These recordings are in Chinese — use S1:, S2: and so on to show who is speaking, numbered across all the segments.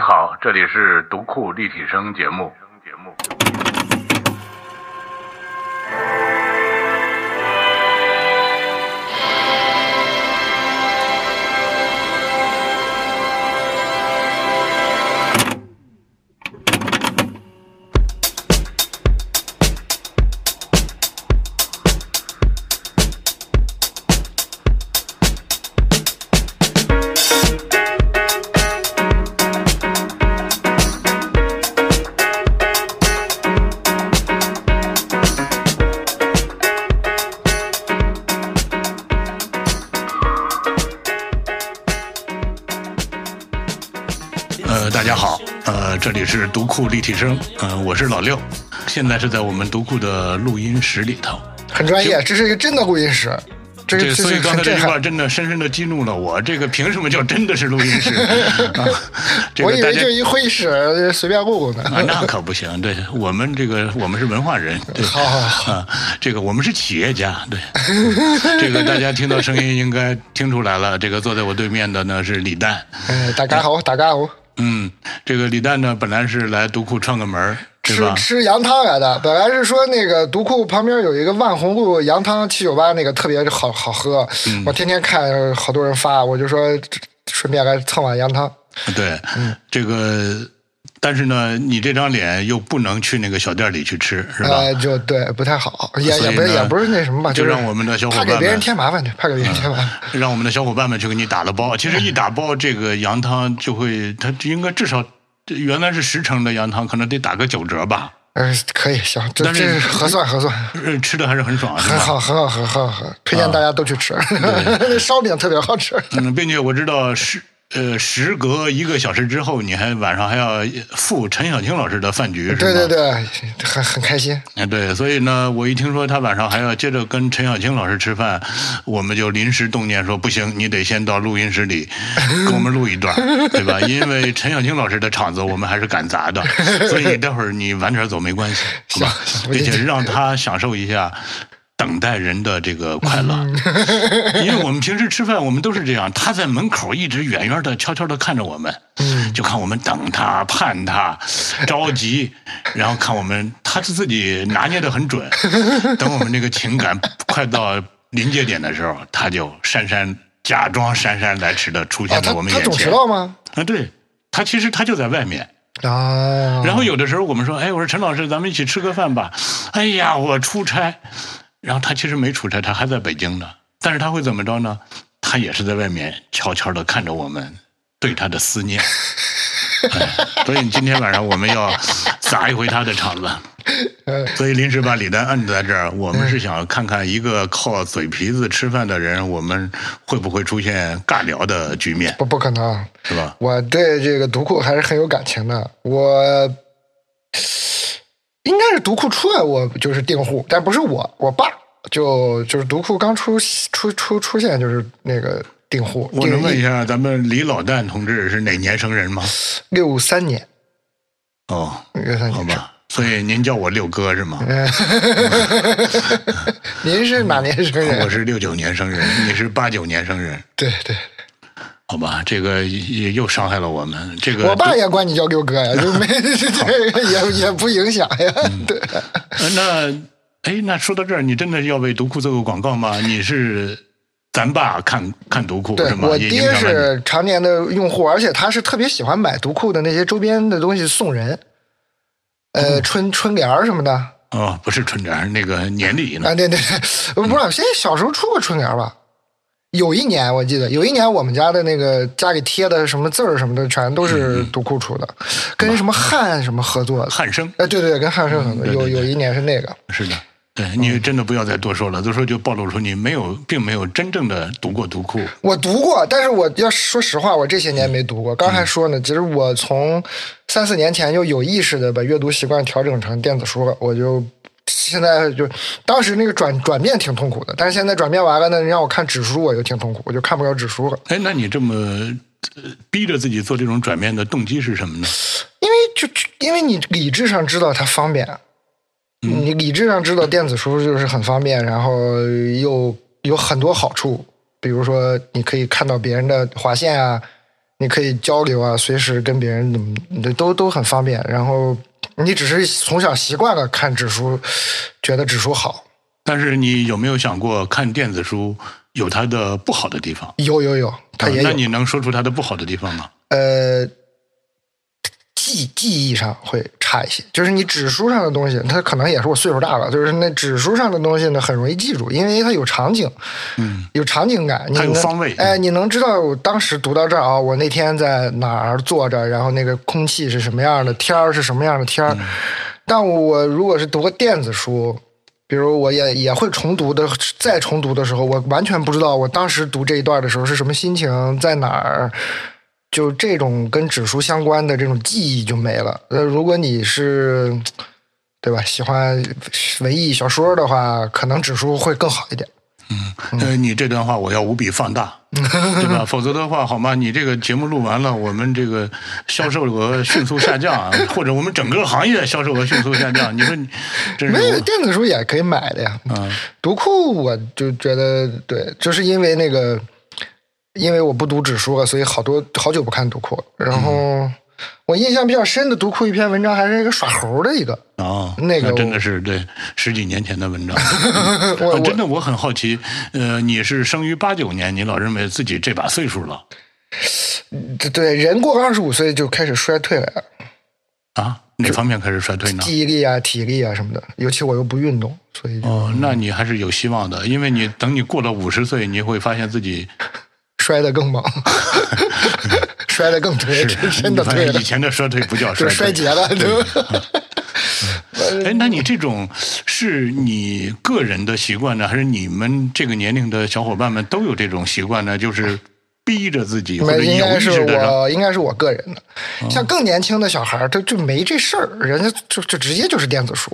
S1: 好，这里是读库立体声节目。呃，大家好，呃，这里是读库立体声，呃，我是老六，现在是在我们读库的录音室里头。
S2: 很专业，这是一个真的录音室，这个
S1: 对，
S2: 这
S1: 所
S2: 是
S1: 以刚
S2: 很
S1: 才这
S2: 震
S1: 句话
S2: 撼。
S1: 真的深深的激怒了我。这个凭什么叫真的是录音 室？啊，这
S2: 我
S1: 个
S2: 以
S1: 大
S2: 为
S1: 家
S2: 就一会议室随便录录呢。
S1: 啊，那可不行。对我们这个，我们是文化人，对，
S2: 好好
S1: 啊，这个我们是企业家，对，这个大家听到声音应该听出来了。这个坐在我对面的呢是李诞，
S2: 哎，大家好，大家好，
S1: 嗯，这个李诞呢本来是来读库串个门儿， 对
S2: 吃
S1: 吧？
S2: 吃羊汤来的。本来是说那个独库旁边有一个万红路羊汤七九八，那个特别好好喝，
S1: 嗯
S2: 我天天看好多人发，我就说这顺便来蹭碗羊汤。
S1: 对，这个，但是呢，你这张脸又不能去那个小店里去吃，是吧？
S2: 呃，就对，不太好，也
S1: 所
S2: 也
S1: 以
S2: 不是
S1: 呢
S2: 也不是那什么吧，
S1: 就是让我们的小伙伴
S2: 怕给别人
S1: 们嗯
S2: 添麻烦对，怕给别人添 麻烦。
S1: 让我们的小伙伴们去给你打了包。其实一打包，这个羊汤就会，它应该至少原来是十成的羊汤，可能得打个九折吧。
S2: 呃，可以行，这
S1: 但是
S2: 这核算核算。
S1: 呃吃的还是很啊爽，是
S2: 很
S1: 吧？
S2: 好，很好，很好，很好，推荐大家都去吃。 那烧饼特别好吃，
S1: 嗯，并且我知道时呃，时隔一个小时之后，你还晚上还要赴陈小青老师的饭局，是吗？
S2: 对对对，很很开心。
S1: 哎，对，所以呢，我一听说他晚上还要接着跟陈小青老师吃饭，我们就临时动念说，不行，你得先到录音室里给我们录一段，对吧？因为陈小青老师的场子我们还是敢砸的，所以你待会儿你晚点走没关系，好吧？
S2: 行 我
S1: 并
S2: 理
S1: 且
S2: 解
S1: 让他享受一下。等待人的这个快乐，
S2: 嗯
S1: 因为我们平时吃饭，我们都是这样，他在门口一直远远的、悄悄的看着我们，
S2: 嗯
S1: 就看我们等他、盼他、着 急，然后看我们，他是自己拿捏的很准。等我们那个情感快到临界点的时候，他就姗姗假装姗姗来迟的出
S2: 啊，
S1: 现在
S2: 他
S1: 我们
S2: 他
S1: 眼
S2: 总迟
S1: 前。
S2: 到吗？
S1: 啊，对，他其实他就在外面。
S2: 啊，
S1: 然后有的时候我们说，哎，我说陈老师，咱们一起吃个饭吧。哎呀，我出差。然后他其实没出差，他还在北京呢。但是他会怎么着呢？他也是在外面悄悄的看着我们，对他的思念。哎所以今天晚上我们要砸一回他的场子。所以临时把李丹摁在这儿，我们是想看看一个靠嘴皮子吃饭的人，我们会不会出现尬聊的局面，
S2: 不不可能，
S1: 是吧？
S2: 我对这个独库还是很有感情的。我应该是独库初来，我就是订户，但不是我，我爸就就是独库刚出出出出现就是那个订户，
S1: 我能问一
S2: 订
S1: 下，咱们李老旦同志是哪年生人吗？
S2: 六三年，
S1: 哦，
S2: 六三
S1: 好
S2: 年。哎
S1: 吧，所以您叫我六哥是吗？
S2: 您是哪年生
S1: 我
S2: 人？
S1: 是六九年生人，你是八九年生人，
S2: 对对。
S1: 好吧，这个也又伤害了我们。这个
S2: 我爸也管你叫六哥 呀，就没 这也也不影响呀。 对，
S1: 呃那哎，那说到这儿，你真的要为读库做个广告吗？你是咱爸看看读库
S2: 对
S1: 是吗？
S2: 我
S1: 也影
S2: 爹
S1: 响了你
S2: 是常年的用户，而且他是特别喜欢买读库的那些周边的东西送人，呃，
S1: 嗯
S2: 春春联儿什么的啊，
S1: 哦，不是春联儿，那个年历呢？
S2: 对对， 我不知道现在小时候出过春联儿吧？有一年我记得，有一年我们家的那个家里贴的什么字儿什么的，全都
S1: 嗯
S2: 是读库出的，跟什么汉什么合作的。
S1: 汉生
S2: 哎，对对，跟汉生合
S1: 嗯
S2: 作，有有一年是那个。
S1: 是的。
S2: 嗯
S1: 对你真的不要再多说了，多说就暴露出你没有，并没有真正的读过读库。
S2: 我读过，但是我要说实话，我这些年没读过。刚还说呢，其实我从三四年前就有意识的把阅读习惯调整成电子书了，我就。现在就，当时那个转转变挺痛苦的，但是现在转变完了呢，你让我看纸书，我就挺痛苦，我就看不了纸书了。
S1: 哎，那你这么呃逼着自己做这种转变的动机是什么呢？
S2: 因为就就因为你理智上知道它方便，
S1: 嗯
S2: 你理智上知道电子书就是很方便，然后又有很多好处，比如说你可以看到别人的划线啊，你可以交流啊，随时跟别人怎么都都很方便。然后你只是从小习惯了看指数，觉得指数好。
S1: 但是你有没有想过，看电子书有它的不好的地方？
S2: 有有有，它也
S1: 啊
S2: 有。
S1: 那你能说出它的不好的地方吗？
S2: 呃，记记忆上会差一些，就是你指数上的东西，它可能也是我岁数大了，就是那指数上的东西呢，很容易记住，因为它有场景，
S1: 嗯，
S2: 有场景感，你
S1: 它有
S2: 能
S1: 方位
S2: 哎，你能知道我当时读到这儿啊，我那天在哪儿坐着，然后那个空气是什么样的，天儿是什么样的天
S1: 嗯
S2: 儿。但我如果是读个电子书，比如我也也会重读的，再重读的时候，我完全不知道我当时读这一段的时候是什么心情，在哪儿。就这种跟指数相关的这种记忆就没了。呃，如果你是，对吧？喜欢文艺小说的话，可能指数会更好一点。嗯
S1: 呃，你这段话我要无比放 大，对吧？否则的话，好吗？你这个节目录完了，我们这个销售额迅速下降，啊 或者我们整个行业销售额迅速下降，你说你真是
S2: 没有
S1: 我
S2: 电子书也可以买的呀。
S1: 啊、
S2: 读库我就觉得对，就是因为那个，因为我不读指数了，所以好多好久不看读库了。然后、我印象比较深的读库一篇文章还是一个耍猴的一个，
S1: 哦，
S2: 那个我
S1: 真的是对十几年前的 文章。
S2: 我
S1: 啊
S2: 我
S1: 真的我很好奇，呃，你是生于八九年，你老认为自己这把岁数了
S2: 对对人过了二十五岁就开始衰退了呀，
S1: 啊？哪方面开始衰退呢？
S2: 记忆力啊、体力啊什么的，尤其我又不运动，所以 就
S1: 哦，那你还是有希望的，因为你等你过了五十岁，你会发现自己
S2: 摔得更猛，摔得更颓，真 真的
S1: 发
S2: 退
S1: 现
S2: 了
S1: 以，前的衰退不叫衰
S2: 就是 衰
S1: 退。
S2: 竭了，对吧？
S1: 哎，那你这种是你个人的习惯呢，还是你们这个年龄的小伙伴们都有这种习惯呢？就是逼着自己，或
S2: 没
S1: 者，
S2: 应
S1: 有
S2: 该
S1: 意
S2: 是
S1: 识哦的让
S2: 我，应该是我个人的。像更年轻的小孩儿，他就没这事儿，人家就就直接就是电子书，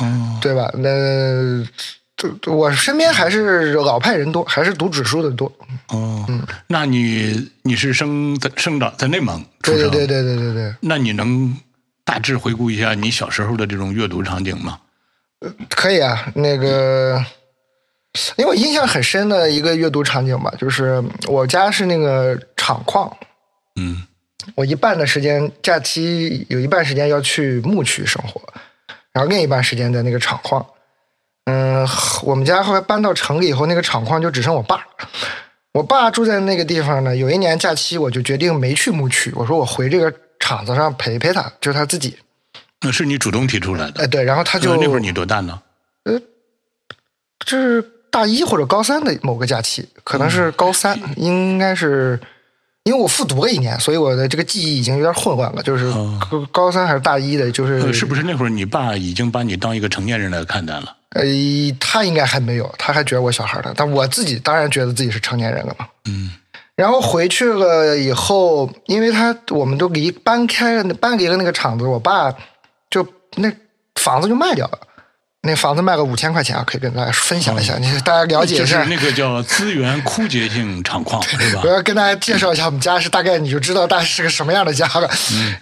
S1: 哦
S2: 对吧？那就我身边还是老派人多，还是读指数的多。
S1: 哦，那你你是生在生长在内蒙出
S2: 对
S1: 生，
S2: 对对对对对对，
S1: 那你能大致回顾一下你小时候的这种阅读场景吗？
S2: 可以啊。那个，因为我印象很深的一个阅读场景吧，就是我家是那个厂矿，
S1: 嗯，
S2: 我一半的时间假期有一半时间要去牧区生活，然后另一半时间在那个厂矿。嗯，我们家后来搬到城里以后，那个厂矿就只剩我爸了。我爸住在那个地方呢。有一年假期，我就决定没去牧区，我说我回这个厂子上陪陪他，就是他自己。
S1: 那是你主动提出来的。
S2: 哎，对，然后他就、
S1: 呃那会儿你多大呢？
S2: 这是大一或者高三的某个假期，可能
S1: 嗯
S2: 是高三，应该是因为我复读了一年，所以我的这个记忆已经有点混乱了。就是
S1: 哦
S2: 高高三还是大一的，就是、
S1: 呃，是不是那会儿你爸已经把你当一个成年人来看待了？
S2: 呃，他应该还没有，他还觉得我小孩呢，但我自己当然觉得自己是成年人了嘛。
S1: 嗯，
S2: 然后回去了以后，因为他我们都离搬开了，搬离了那个厂子，我爸就那房子就卖掉了，那房子卖了五千块钱啊，可以跟大家分享一下，你大家了解
S1: 哦就是
S2: 一下。
S1: 那个叫资源枯竭性厂矿，是吧
S2: 我？要跟大家介绍一下我们家是大概你就知道大概是个什么样的家了。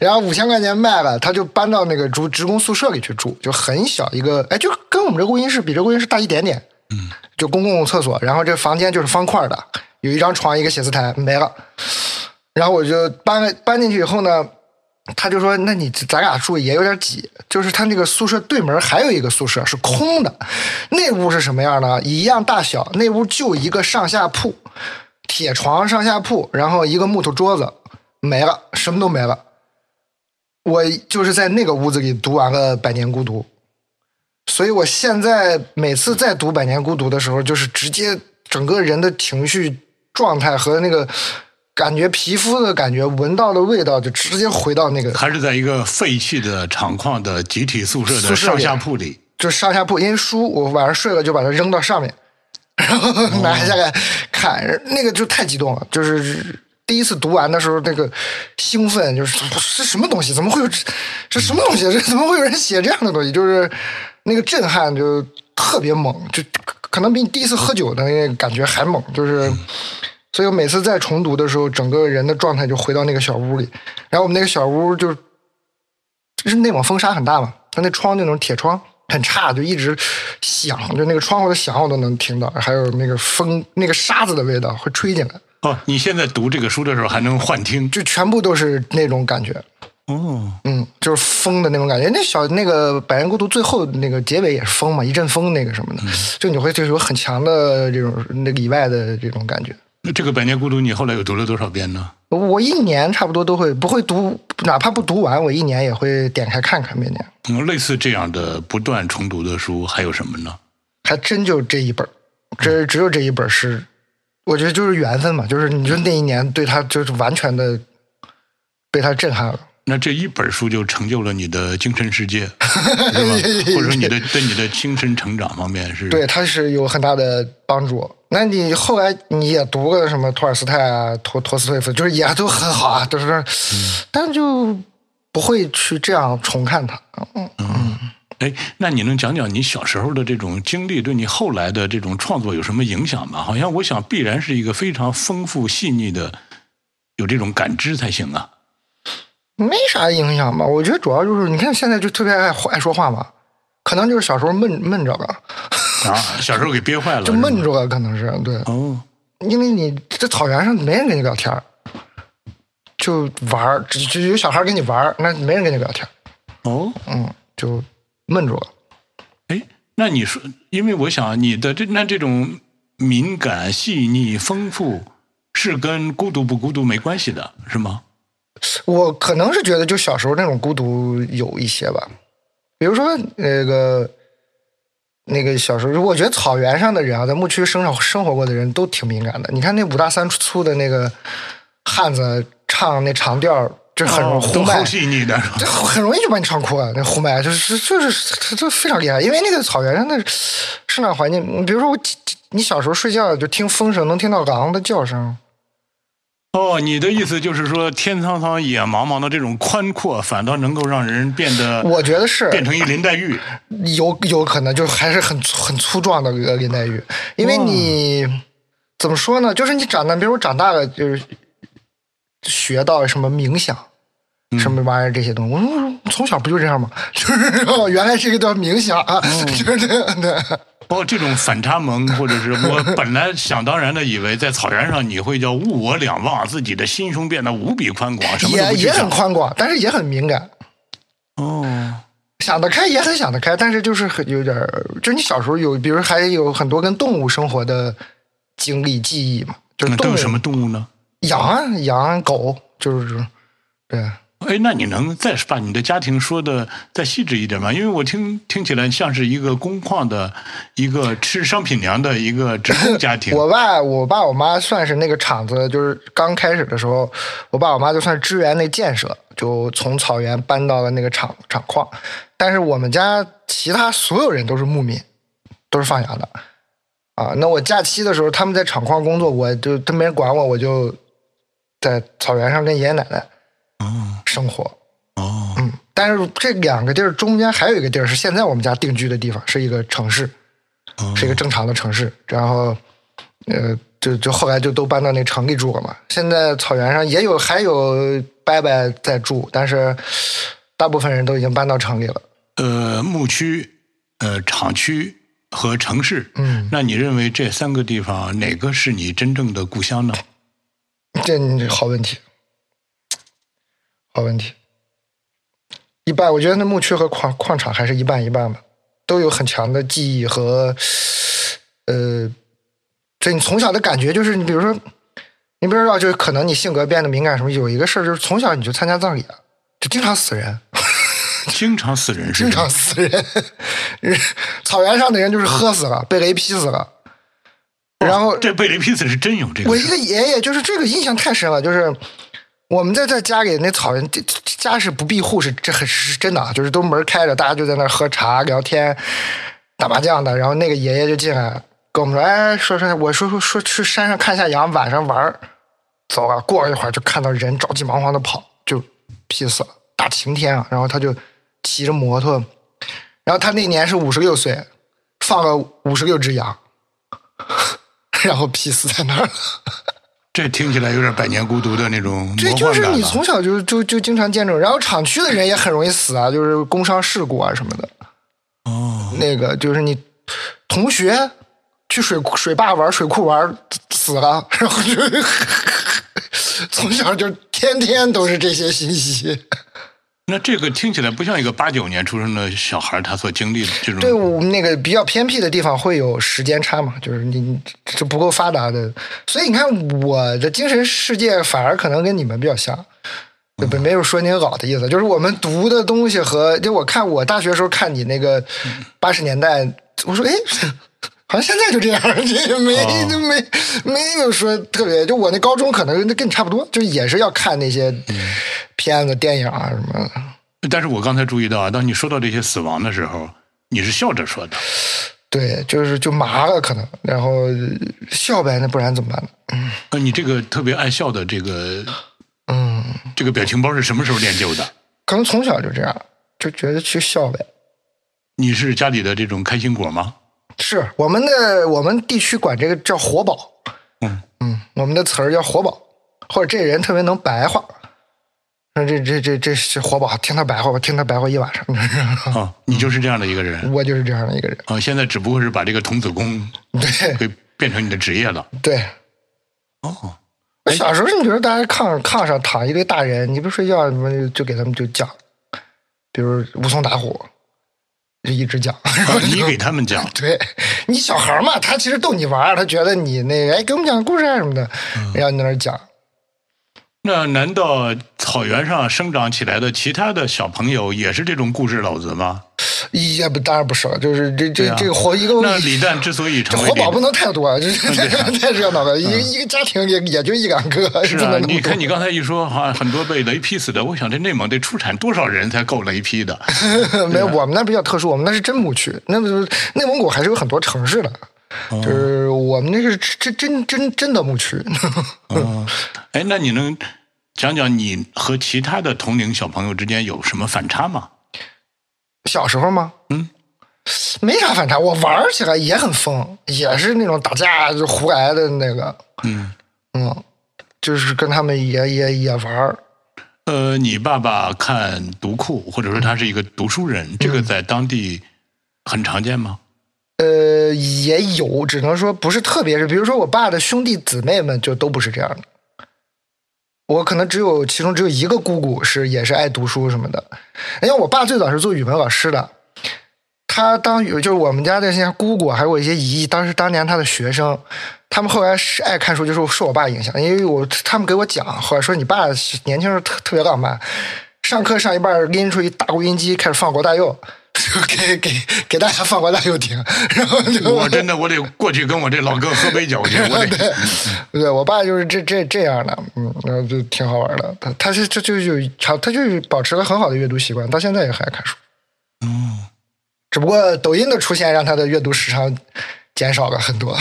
S2: 然后五千块钱卖了，他就搬到那个住职工宿舍里去住，就很小一个，哎，就跟我们这录音室比这录音室大一点点。嗯，就公共厕所，然后这房间就是方块的，有一张床，一个写字台，没了。然后我就搬了搬进去以后呢，他就说：“那你咱俩住也有点挤，就是他那个宿舍对门还有一个宿舍是空的，那屋是什么样呢？一样大小，那屋就一个上下铺，铁床上下铺，然后一个木头桌子，没了，什么都没了。我就是在那个屋子里读完了《百年孤独》，所以我现在每次在读《百年孤独》的时候，就是直接整个人的情绪状态和那个感觉、皮肤的感觉、闻到的味道，就直接回到那个
S1: 还是在一个废弃的厂矿的集体宿舍
S2: 宿
S1: 的
S2: 舍
S1: 上
S2: 里
S1: 下铺里。
S2: 就上下铺，因为书我晚上睡了就把它扔到上面， 然后拿下来看，那个就太激动了，就是第一次读完的时候那个兴奋，就是这什么东西，怎么会有这这什么东西，这怎么会有人写这样的东西？就是那个震撼就特别猛，就可能比你第一次喝酒的那个感觉还猛，就是。所以我每次在重读的时候，整个人的状态就回到那个小屋里。然后我们那个小屋就就是内蒙风沙很大嘛，它那窗那种铁窗很差，就一直响，就那个窗户的响我都能听到，还有那个风那个沙子的味道会吹进来。
S1: 哦，你现在读这个书的时候还能幻听，
S2: 就全部都是那种感觉，
S1: 哦，
S2: 嗯，就是风的那种感觉。那小那个《百年孤独》最后那个结尾也是风嘛，一阵风那个什么的，就你会就是有很强的这种那个以外的这种感觉。
S1: 那这个《百年孤独》你后来又读了多少遍呢？
S2: 我一年差不多都会，不会读，哪怕不读完，我一年也会点开看看。每年
S1: 嗯，类似这样的不断重读的书还有什么呢？
S2: 还真就这一本儿，
S1: 嗯
S2: 这只有这一本儿是，我觉得就是缘分嘛，就是你就那一年对他就是完全的被他震撼了。
S1: 那这一本书就成就了你的精神世界，是 吧？或者说你的对你的精神成长方面是
S2: 对，它是有很大的帮助。那你后来你也读个什么托尔斯泰啊、陀陀思妥耶夫，就是也都很好啊，都是，
S1: 嗯
S2: 但就不会去这样重看它。嗯，
S1: 哎，那你能讲讲你小时候的这种经历对你后来的这种创作有什么影响吗？好像我想必然是一个非常丰富细腻的，有这种感知才行啊。
S2: 没啥影响吧？我觉得主要就是你看现在就特别爱爱说话嘛，可能就是小时候闷闷着了，
S1: 啊，小时候给憋坏了，
S2: 就是
S1: 哦吗
S2: 闷住了，可能是对，
S1: 哦，
S2: 因为你在草原上没人跟你聊天儿就玩儿，只只有小孩跟你玩儿，那没人跟你聊天儿
S1: 哦，
S2: 嗯，就闷住了。
S1: 哎，那你说，因为我想你的这那这种敏感、细腻、丰富，是跟孤独不孤独没关系的，是吗？
S2: 我可能是觉得，就小时候那种孤独有一些吧，比如说那个那个小时候，我觉得草原上的人啊，在牧区生长生活过的人都挺敏感的。你看那五大三粗的那个汉子唱那长调，这很容易
S1: 哦都
S2: 呼麦
S1: 好，细腻的，是吧
S2: 这很容易就把你唱哭啊！那呼麦就是就是这这非常厉害，因为那个草原上的生长环境，你比如说我你小时候睡觉就听风声，能听到狼的叫声。
S1: 哦，你的意思就是说，天苍苍，野茫茫的这种宽阔，反倒能够让人变得，
S2: 我觉得是
S1: 变成一林黛 玉。
S2: 有有可能就是还是很粗很粗壮的一个林黛玉，因为你怎么说呢？就是你长大，比如我长大了，就是学到什么冥想。什么玩意儿这些东西，我说从小不就这样吗？ 就是哦，原来这个叫冥想啊，就是对，
S1: 哦，这种反差萌，或者是 我本来想当然的以为在草原上你会叫物我两忘，自己的心胸变得无比宽广，什么都
S2: 也
S1: 不去
S2: 也很
S1: 想。
S2: 宽广，但是也很敏感，
S1: 哦，
S2: 想得开也很想得开，但是就是很有点儿，就是你小时候有，比如还有很多跟动物生活的经历记忆嘛，就是
S1: 那嗯
S2: 动
S1: 都
S2: 物
S1: 有什么动物呢？
S2: 羊啊、羊啊、狗，就是这种对。啊
S1: 哎，那你能再把你的家庭说的再细致一点吗？因为我听听起来像是一个工矿的、一个吃商品粮的一个职工家庭。
S2: 我爸、我爸、我妈算是那个厂子，就是刚开始的时候，我爸我妈就算支援那建设，就从草原搬到了那个厂厂矿。但是我们家其他所有人都是牧民，都是放羊的啊。那我假期的时候，他们在厂矿工作，我就都没人管我，我就在草原上跟爷爷奶奶生活。
S1: 哦，
S2: 嗯，但是这两个地儿中间还有一个地儿是现在我们家定居的地方，是一个城市，
S1: 哦
S2: 是一个正常的城市。然后，呃，就就后来就都搬到那城里住了嘛。现在草原上也有还有伯伯在住，但是大部分人都已经搬到城里了。
S1: 呃，牧区、呃，厂区和城市。嗯，那你认为这三个地方哪个是你真正的故乡呢？
S2: 这你好问题，好问题。一半，我觉得那牧区和矿矿场还是一半一半吧，都有很强的记忆和呃，对你从小的感觉就是，你比如说，你不知道，就是可能你性格变得敏感什么，有一个事儿就是从小你就参加葬礼了，就经常死人，
S1: 经常死人是
S2: 经
S1: 吧？
S2: 常死人， 草原上的人就是喝死了，被雷劈死了，然后
S1: 这贝雷劈死是真有这
S2: 我
S1: 个
S2: 一
S1: 事。
S2: 个爷爷就是这个印象太深了，就是我们在在家里那草原，这这家是不闭户是这很是真的啊，就是都门开着，大家就在那儿喝茶、聊天、打麻将的。然后那个爷爷就进来跟我们说：“哎，说说，我说说说去山上看一下羊，晚上玩儿。”走了，过了一会儿就看到人着急忙慌的跑，就劈死了，大晴天啊！然后他就骑着摩托，然后他那年是五十六岁，放了五十六只羊， 然后劈死在那儿了。
S1: 这听起来有点百年孤独的那种
S2: 对，
S1: 魔
S2: 就
S1: 幻
S2: 是
S1: 感
S2: 你
S1: 了。
S2: 从小就就就经常见这种，然后厂区的人也很容易死啊，就是工伤事故啊什么的。
S1: 哦，
S2: 那个就是你同学去水库水坝玩、水库玩死了，然后就 从小就天天都是这些信息。
S1: 那这个听起来不像一个八九年出生的小孩他所经历的这种。嗯
S2: 对，我们那个比较偏僻的地方会有时间差嘛，就是你这不够发达的，所以你看我的精神世界反而可能跟你们比较像。对
S1: 嗯
S2: 不，没有说您老的意思，就是我们读的东西和就我看我大学时候看你那个
S1: 嗯
S2: 八十年代，我说哎，好像现在就这样，这也没、
S1: 哦
S2: 就没没有说特别，就我那高中可能跟你差不多，就也是要看那些
S1: 嗯
S2: 片子、电影啊什么的。
S1: 但是我刚才注意到啊，当你说到这些死亡的时候，你是笑着说的。
S2: 对，就是就麻了可能，然后呃笑呗，那不然怎么办呢？
S1: 呃，你这个特别爱笑的这个
S2: 嗯，
S1: 这个表情包是什么时候练就的？
S2: 可能从小就这样，就觉得去笑呗。
S1: 你是家里的这种开心果吗？
S2: 是我们的我们地区管这个叫活宝，
S1: 嗯
S2: 嗯，我们的词儿叫活宝，或者这人特别能白话。那这这这这是活宝，听他白话，我听他白话一晚上。
S1: 啊、你就是这样的一个人
S2: 我就是这样的一个人，
S1: 啊、现在只不过是把这个童子功
S2: 对
S1: 给变成你的职业了。
S2: 对。
S1: 哦，
S2: 我小时候你觉得大家炕炕上躺一堆大人，你不睡觉，你们就给他们就讲，比如武松打虎，就一直讲。
S1: 啊你给他们讲，
S2: 对你小孩儿嘛，他其实逗你玩儿，他觉得你那个哎，给我们讲个故事啊什么的，
S1: 嗯
S2: 然后你在那儿讲。
S1: 那难道草原上生长起来的其他的小朋友也是这种故事老子吗？
S2: 也不当然不少，就是这这、
S1: 对啊
S2: 这个活一个
S1: 那李诞之所以
S2: 这
S1: 成为
S2: 活
S1: 李
S2: 宝不能太多，这这
S1: 对啊 嗯
S2: 太热闹了，一个一个家庭也也就一两个，
S1: 是
S2: 不
S1: 啊，
S2: 能那
S1: 你
S2: 么多
S1: 看。你刚才一说，哈、很多被雷劈死的，我想这内蒙得出产多少人才够雷劈的？啊
S2: 没有，我们那比较特殊，我们那是真牧区，那不是内蒙古还是有很多城市的，
S1: 哦
S2: 就是我们那是真真真真的牧区。
S1: 嗯，哎，那你能讲讲你和其他的同龄小朋友之间有什么反差吗？
S2: 小时候吗？
S1: 嗯，
S2: 没啥反差，我玩儿起来也很疯，也是那种打架就胡来的那个。
S1: 嗯
S2: 嗯，就是跟他们也也也玩儿。
S1: 呃，你爸爸看读库，或者说他是一个读书人，这
S2: 嗯
S1: 个在当地很常见 吗？
S2: 呃，也有，只能说不是特别是，比如说我爸的兄弟姊妹们就都不是这样的。我可能只有其中只有一个姑姑是也是爱读书什么的，因为我爸最早是做语文老师的，他当就是我们家的那些姑姑还有我一些姨，当时当年他的学生，他们后来是爱看书，就是受我爸影响，因为我他们给我讲，后来说你爸是年轻时候特特别浪漫，上课上一半儿拎出一大录音机开始放国大佑， 就给给给大家放国大佑听，然后就
S1: 我真的我得过去跟我这老哥喝杯酒去，我得
S2: 嗯 对我爸就是这这这样的，嗯，然后就挺好玩的。他他是这就有他他就是保持了很好的阅读习惯，到现在也还爱看书。只不过抖音的出现让他的阅读时长减少了很多，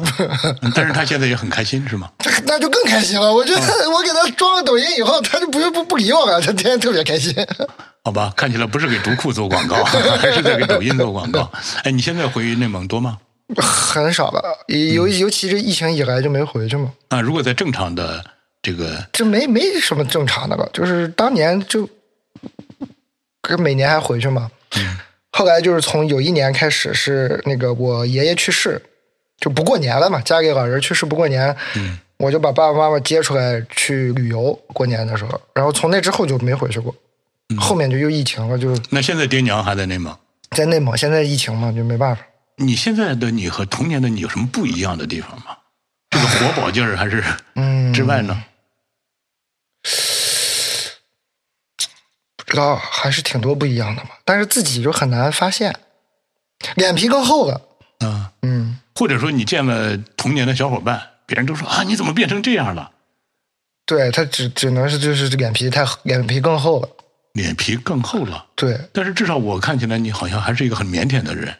S1: 嗯但是他现在也很开心，是吗？
S2: 那就更开心了。我觉得我给他装了抖音以后，他就不用不不理我了，他天天特别开心。
S1: 好吧，看起来不是给读库做广告，还是在给抖音做广告。哎，你现在回内蒙多吗？
S2: 很少吧，尤尤其这疫情以来就没回去嘛，
S1: 啊，如果在正常的这个，
S2: 这没没什么正常的了，就是当年就，可是每年还回去嘛。后来就是从有一年开始是那个我爷爷去世，就不过年了嘛，家里老人去世不过年，我就把爸爸妈妈接出来去旅游，过年的时候，然后从那之后就没回去过，后面就又疫情了，就
S1: 那现在爹娘还在内蒙。
S2: 在内蒙现在疫情嘛，就没办法。
S1: 你现在的你和童年的你有什么不一样的地方吗？这个活宝劲儿还是
S2: 嗯
S1: 之外呢？
S2: 不知道，还是挺多不一样的嘛，但是自己就很难发现，脸皮更厚了。
S1: 啊，
S2: 嗯，
S1: 或者说你见了童年的小伙伴，别人都说啊，你怎么变成这样了？
S2: 对他只只能是就是脸皮太脸皮更厚了。
S1: 脸皮更厚了。
S2: 对，
S1: 但是至少我看起来，你好像还是一个很腼腆的人。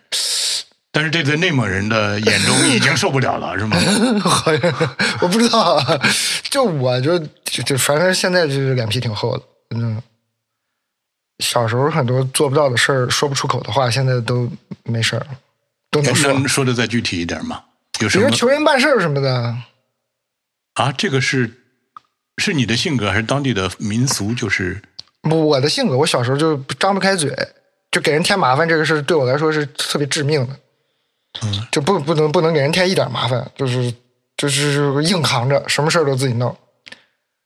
S1: 但是这在内蒙人的眼中已经受不了 了，是吗？
S2: 好像我不知道啊，就我就就就反正现在就是脸皮挺厚的，嗯。小时候很多做不到的事儿，说不出口的话，现在都没事儿，都能说。
S1: 能说的再具体一点吗？有
S2: 比
S1: 什
S2: 如
S1: 么
S2: 求人办事儿什么的，
S1: 啊？这个是是你的性格，还是当地的民俗？就是
S2: 我的性格，我小时候就张不开嘴，就给人添麻烦这个事儿，对我来说是特别致命的。
S1: 嗯
S2: 就不不能不能给人添一点麻烦，就是就是硬扛着，什么事儿都自己弄。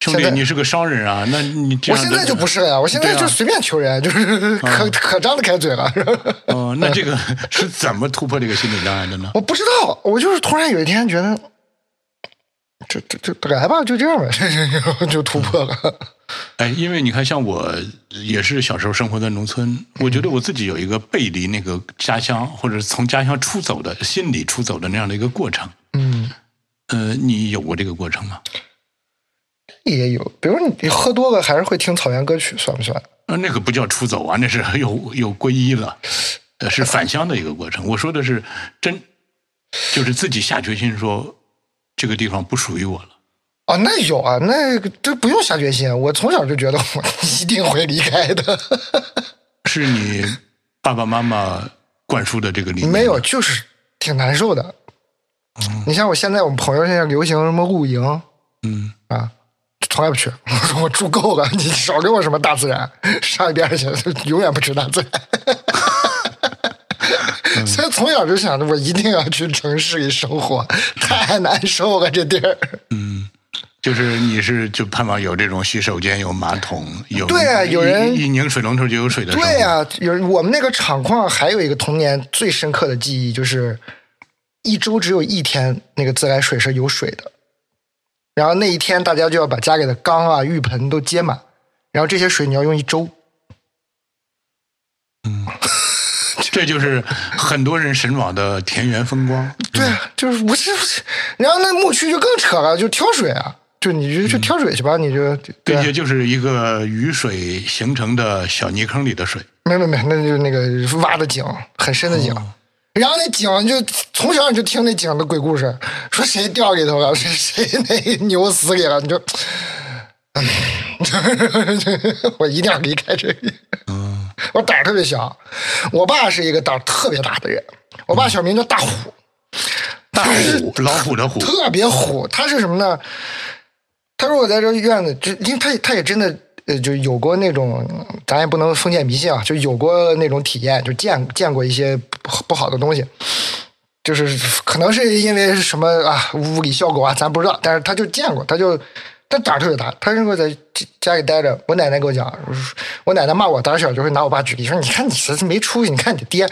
S1: 兄弟
S2: 现，在
S1: 你是个商人啊，那你这
S2: 我
S1: 样
S2: 现在
S1: 的
S2: 就不是了呀，我现在
S1: 对啊嗯
S2: 就随便求人，就是可可张得开嘴了。
S1: 哦，那这个 是怎么突破这个心理障碍的呢？
S2: 我不知道，我就是突然有一天觉得，这这这来吧，就这样吧， 就突破了。
S1: 哎，因为你看，像我也是小时候生活在农村，我
S2: 嗯
S1: 觉得我自己有一个背离那个家乡，或者是从家乡出走的心理出走的那样的一个过程。
S2: 嗯，
S1: 呃，你有过这个过程吗？
S2: 也有，比如你喝多了还是会听草原歌曲，算不算？
S1: 呃，那个不叫出走啊，那是有有皈依了，呃，是返乡的一个过程。我说的是真，就是自己下决心说这个地方不属于我了。
S2: 啊，那有啊，那个这不用下决心，我从小就觉得我 一定会离开的。
S1: 是你爸爸妈妈灌输的这个理念吗
S2: 没有，就是挺难受的。你像我现在，我们朋友现在流行什么露营，
S1: 嗯
S2: 啊，从来不去。 我说我住够了，你少给我什么大自然，上一边去， 永远不吃大自
S1: 嗯
S2: 然。 所以从小就想着我一定要去城市里生活，太难受了这地儿。
S1: 嗯，就是你是就盼望有这种洗手间、有马桶、有
S2: 对啊有人
S1: 一一拧水龙头就有水的生活
S2: 对啊呀、有我们那个厂矿还有一个童年最深刻的记忆，就是一周只有一天那个自来水是有水的，然后那一天大家就要把家里的缸啊、浴盆都接满，然后这些水你要用一周。
S1: 这就是很多人神往的田园风光。
S2: 对
S1: 嗯
S2: 啊，就是不是不是，然后那牧区就更扯了，就挑水啊，就你就
S1: 嗯
S2: 去挑水去吧，你就对啊
S1: 这，也就是一个雨水形成的小泥坑里的水。
S2: 没没没，那就是那个挖的井，很深的井。然后那井就从小你就听那井的鬼故事，说谁掉里头了，谁谁那牛死里了，你就，嗯 我一定要离开这里。我胆儿特别小，我爸是一个胆儿特别大的人，我爸小名叫大虎，
S1: 大虎，老虎的虎，
S2: 特别虎。他是什么呢？他说我在这院子，就因为他他也真的呃，就有过那种，咱也不能封建迷信啊，就有过那种体验，就见见过一些不不好的东西。就是可能是因为什么啊，物理效果啊，咱不知道，但是他就见过，他就但胆儿特别大，他如果在家家里待着，我奶奶给我讲，我说我奶奶骂我胆小，就会拿我爸举例，说你看你这是没出息，你看你爹。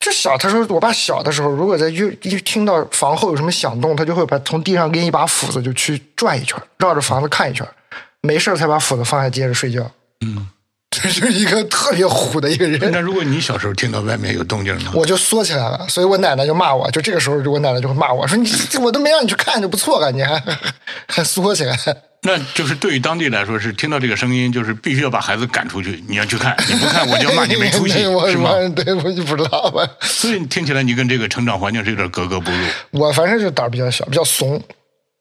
S2: 这小，他说我爸小的时候，如果在就一听到房后有什么响动，他就会把从地上拎一把斧子就去转一圈，绕着房子看一圈，没事儿才把斧子放下接着睡觉。
S1: 嗯，
S2: 这就是一个特别虎的一个人。
S1: 那如果你小时候听到外面有动静呢？
S2: 我就缩起来了，所以我奶奶就骂我，就这个时候，我奶奶就会骂我说：“你这我都没让你去看就不错了，你还还缩起来。
S1: 那就是对于当地来说是听到这个声音，就是必须要把孩子赶出去。你要去看，你不看我就要骂你没出息
S2: 对，我
S1: 是吗？
S2: 我对，我就不知道吧。
S1: 所以听起来你跟这个成长环境是有点格格不入。
S2: 我反正就胆儿比较小，比较怂。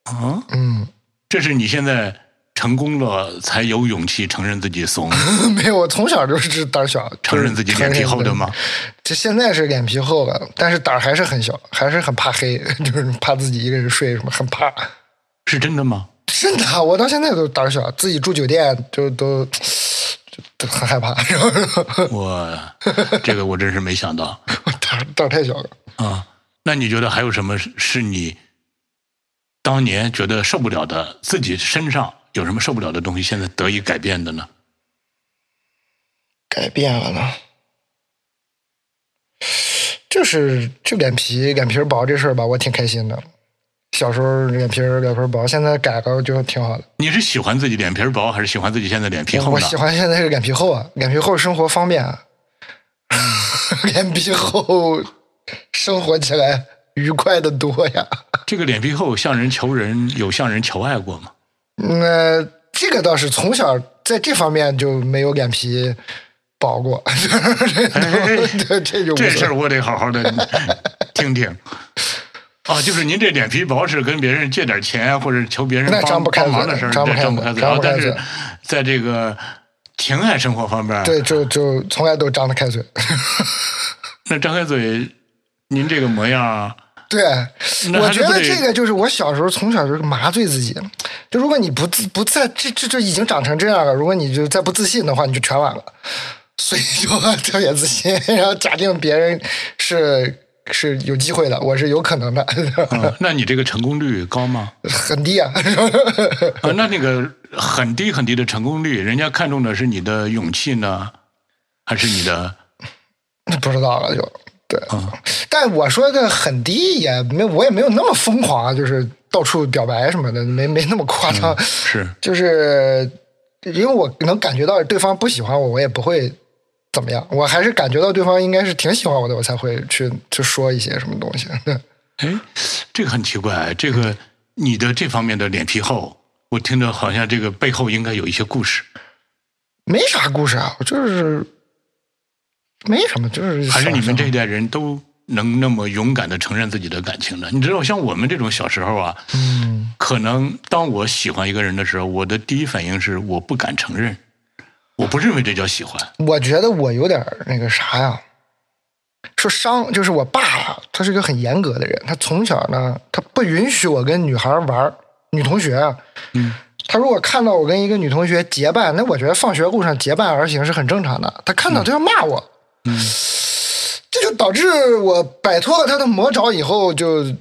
S1: 啊，
S2: 嗯，
S1: 这是你现在成功了才有勇气承认自己怂，
S2: 没有，我从小就是胆儿小，
S1: 承认自己脸皮厚的吗？
S2: 这现在是脸皮厚了，但是胆儿还是很小，还是很怕黑， 就是怕自己一个人睡什么，很怕。
S1: 是真的吗？
S2: 真的啊，我到现在都胆儿小，自己住酒店就都就都很害怕， 然后
S1: 我这个我真是没想到
S2: 我胆儿胆儿太小了。
S1: 啊。那你觉得还有什么是是你当年觉得受不了的，自己身上有什么受不了的东西，现在得以改变的呢？
S2: 改变了呢？就是就脸皮脸皮儿薄这事儿吧，我挺开心的。小时候脸皮儿脸皮儿薄，现在改了就挺好的。
S1: 你是喜欢自己脸皮儿薄，还是喜欢自己现在脸皮厚
S2: 我
S1: 呢？
S2: 喜欢现在是脸皮厚啊，脸皮厚生活方便啊， 脸皮厚生活起来愉快的多呀。
S1: 这个脸皮厚向人求人，有向人求爱过吗？
S2: 那这个倒是从小在这方面就没有脸皮薄过， 这这就 无所
S1: 这
S2: 谓
S1: 事儿我得好好 的听听。啊，就是您这脸皮薄是跟别人借点钱啊或者求别人
S2: 那
S1: 帮
S2: 张不开
S1: 帮
S2: 嘴
S1: 忙的事儿，
S2: 张不
S1: 这
S2: 开
S1: 张不
S2: 嘴
S1: 开嘴。
S2: 张
S1: 啊
S2: 不
S1: 但
S2: 开
S1: 是
S2: 嘴
S1: 在这个情爱生活方面，
S2: 对，就就从来都张得开嘴。
S1: 那张开嘴，您这个模样，啊
S2: 对，
S1: 那
S2: 我
S1: 还是
S2: 觉
S1: 不
S2: 得
S1: 得
S2: 这个就是我小时候从小就是麻醉自己，就如果你不自不在这这这已经长成这样了，如果你就再不自信的话，你就全完了。所以就特别自信，然后假定别人是是有机会的，我是有可能的，
S1: 嗯，那你这个成功率高吗？
S2: 很低啊。
S1: 啊，那那个很低很低的成功率，人家看重的是你的勇气呢，还是你的？
S2: 不知道了就对，
S1: 嗯
S2: 但我说的很低也没，我也没有那么疯狂啊，就是到处表白什么的，没没那么夸张，
S1: 是，
S2: 就是因为我能感觉到对方不喜欢我，我也不会怎么样，我还是感觉到对方应该是挺喜欢我的，我才会去去说一些什么东西。
S1: 哎，这个很奇怪，这个你的这方面的脸皮厚，我听着好像这个背后应该有一些故事，
S2: 没啥故事啊，我就是没什么，就是啊
S1: 还是你们
S2: 小
S1: 这一代人都能那么勇敢的承认自己的感情的？你知道，像我们这种小时候啊，
S2: 嗯
S1: 可能当我喜欢一个人的时候，我的第一反应是我不敢承认，我不认为这叫喜欢。
S2: 我觉得我有点儿那个啥呀，说伤就是我爸呀，他是一个很严格的人，他从小呢，他不允许我跟女孩玩儿，女同学啊，
S1: 嗯，
S2: 他如果看到我跟一个女同学结伴，那我觉得放学路上结伴而行是很正常的，他看到他要骂我，
S1: 嗯，
S2: 这就导致我摆脱了他的魔爪以后就。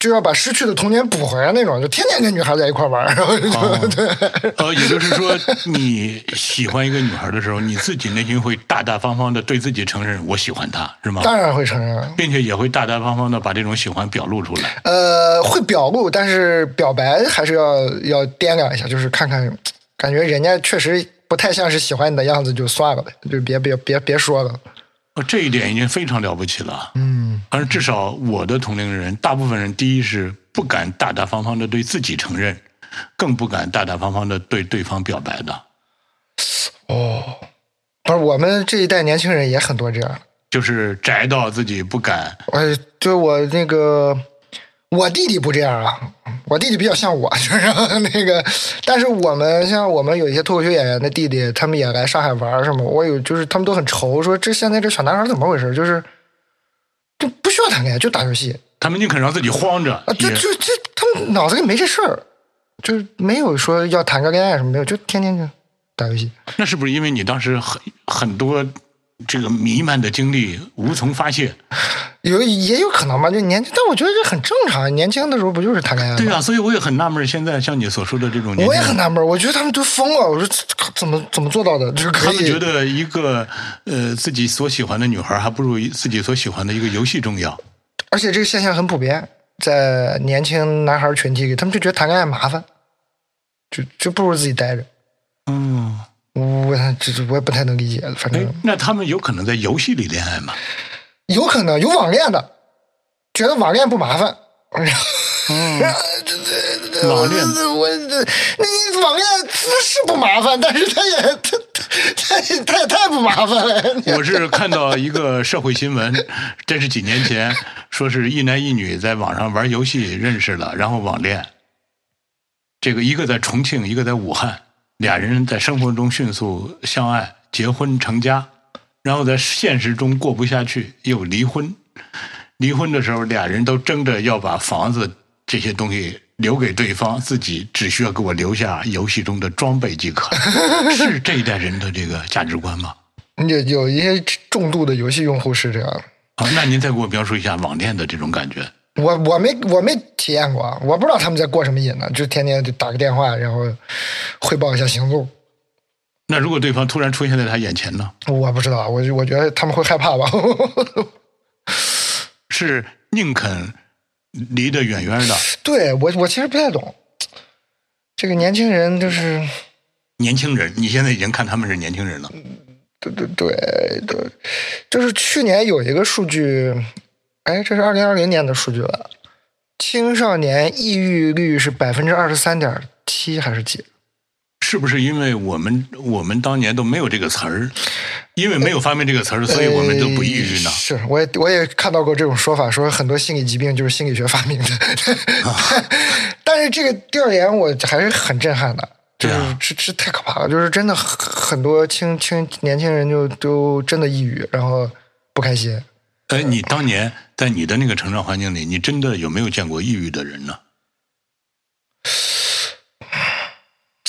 S2: 就要把失去的童年补回来那种，就天天跟女孩在一块儿玩儿，然后就、 对，
S1: 呃，也就是说，你喜欢一个女孩的时候，你自己内心会大大方方的对自己承认我喜欢她，是吗？
S2: 当然会承认啊了。
S1: 并且也会大大方方的把这种喜欢表露出来。
S2: 呃，会表露，但是表白还是要要掂量一下，就是看看，感觉人家确实不太像是喜欢你的样子，就算了呗，就别别别别说了。
S1: 哦，这一点已经非常了不起了。啊
S2: 嗯，
S1: 而至少我的同龄人，大部分人第一是不敢大大方方的对自己承认，更不敢大大方方的对对方表白的。
S2: 哦，不是，我们这一代年轻人也很多这样的。
S1: 就是宅到自己不敢，
S2: 我就我那个，我弟弟不这样啊，我弟弟比较像我，就是那个。但是我们像我们有一些脱口秀演员的弟弟，他们也来上海玩儿什么，我有就是他们都很愁，说这现在这小男孩儿怎么回事？就是就不需要谈恋爱，就打游戏。
S1: 他们宁肯让自己慌着
S2: 啊，，就
S1: 也
S2: 就这，他们脑子里没这事儿，就是没有说要谈个恋爱什么没有，就天天就打游戏。
S1: 那是不是因为你当时很很多这个弥漫的精力无从发泄？
S2: 有也有可能吧，就年轻，但我觉得这很正常。啊年轻的时候不就是谈恋爱吗？
S1: 对啊，所以我也很纳闷，现在像你所说的这种年
S2: 我
S1: 轻
S2: 也
S1: 人，
S2: 很纳闷，我觉得他们都疯了。我说这这怎么怎么做到的？就是可
S1: 他们
S2: 以
S1: 觉得一个呃自己所喜欢的女孩，还不如自己所喜欢的一个游戏重要。
S2: 而且这个现象很普遍，在年轻男孩群体里，他们就觉得谈恋爱麻烦，就就不如自己待着。
S1: 嗯，
S2: 我这这我也不太能理解，反
S1: 哎
S2: 正，
S1: 那他们有可能在游戏里恋爱吗？
S2: 有可能有网恋的，觉得网恋不麻烦。
S1: 嗯，
S2: 我
S1: 网恋
S2: 这我这，你网恋是不麻烦，但是他也他他他他也太不麻烦了。
S1: 我是看到一个社会新闻， 这是几年前，说是一男一女在网上玩游戏认识了，然后网恋。这个一个在重庆，一个在武汉，俩人在生活中迅速相爱，结婚成家，然后在现实中过不下去，又离婚。离婚的时候，俩人都争着要把房子这些东西留给对方，自己只需要给我留下游戏中的装备即可。是这一代人的这个价值观吗？
S2: 有有一些重度的游戏用户是这样的，
S1: 啊，那您再给我描述一下网恋的这种感觉。
S2: 我我没我没体验过，啊我不知道他们在过什么瘾呢，就天天就打个电话，然后汇报一下行踪。
S1: 那如果对方突然出现在他眼前呢？
S2: 我不知道，我我觉得他们会害怕吧。
S1: 是宁肯离得远远的，
S2: 对我我其实不太懂，这个年轻人就是。
S1: 年轻人，你现在已经看他们是年轻人了。
S2: 对对对对，就是去年有一个数据，哎，这是二零二零年的数据了，青少年抑郁率是百分之二十三点七还是几？
S1: 是不是因为我们我们当年都没有这个词儿，因为没有发明这个词儿，所以我们都不抑郁呢
S2: 呃？是，我也我也看到过这种说法，说很多心理疾病就是心理学发明的。
S1: 啊
S2: 但是这个调研我还是很震撼的，就是
S1: 对啊
S2: 这这太可怕了，就是真的很很多青青年轻人就都真的抑郁，然后不开心。
S1: 哎，你当年在你的那个成长环境里，你真的有没有见过抑郁的人呢？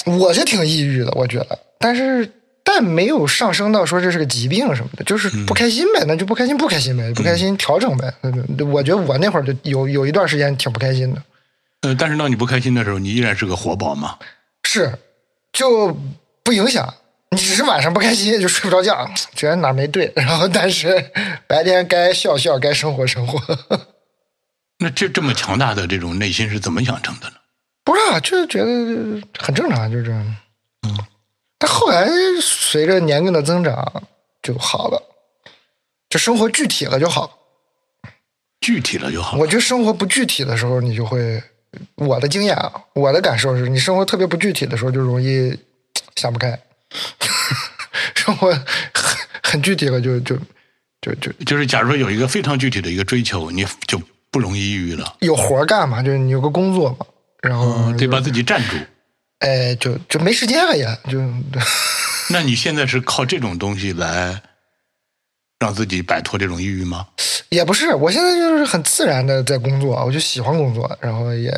S2: 我是挺抑郁的，我觉得，但是但但没有上升到说这是个疾病什么的，就是不开心呗，那就不开心，不开心呗，不开心调整呗。嗯我觉得我那会儿就有有一段时间挺不开心的，
S1: 呃，但是当你不开心的时候，你依然是个活宝嘛。
S2: 是就不影响。你只是晚上不开心就睡不着觉，觉得哪儿没对，然后但是白天该笑笑，该生活生活。
S1: 那这这么强大的这种内心是怎么养成的呢？
S2: 不是啊，就是觉得很正常，就这样。嗯，但后来随着年龄的增长就好了，就生活具体了就好了。
S1: 具体了就好。
S2: 我觉得生活不具体的时候，你就会，我的经验啊，我的感受是，你生活特别不具体的时候，就容易想不开。 生活很很具体了就，就就就
S1: 就是假如说有一个非常具体的一个追求，你就不容易抑郁了，
S2: 有活儿干嘛，就是你有个工作嘛，然后、
S1: 得把自己站住。
S2: 哎，就就没时间了呀，就
S1: 那你现在是靠这种东西来让自己摆脱这种抑郁吗？
S2: 也不是，我现在就是很自然的在工作，我就喜欢工作，然后也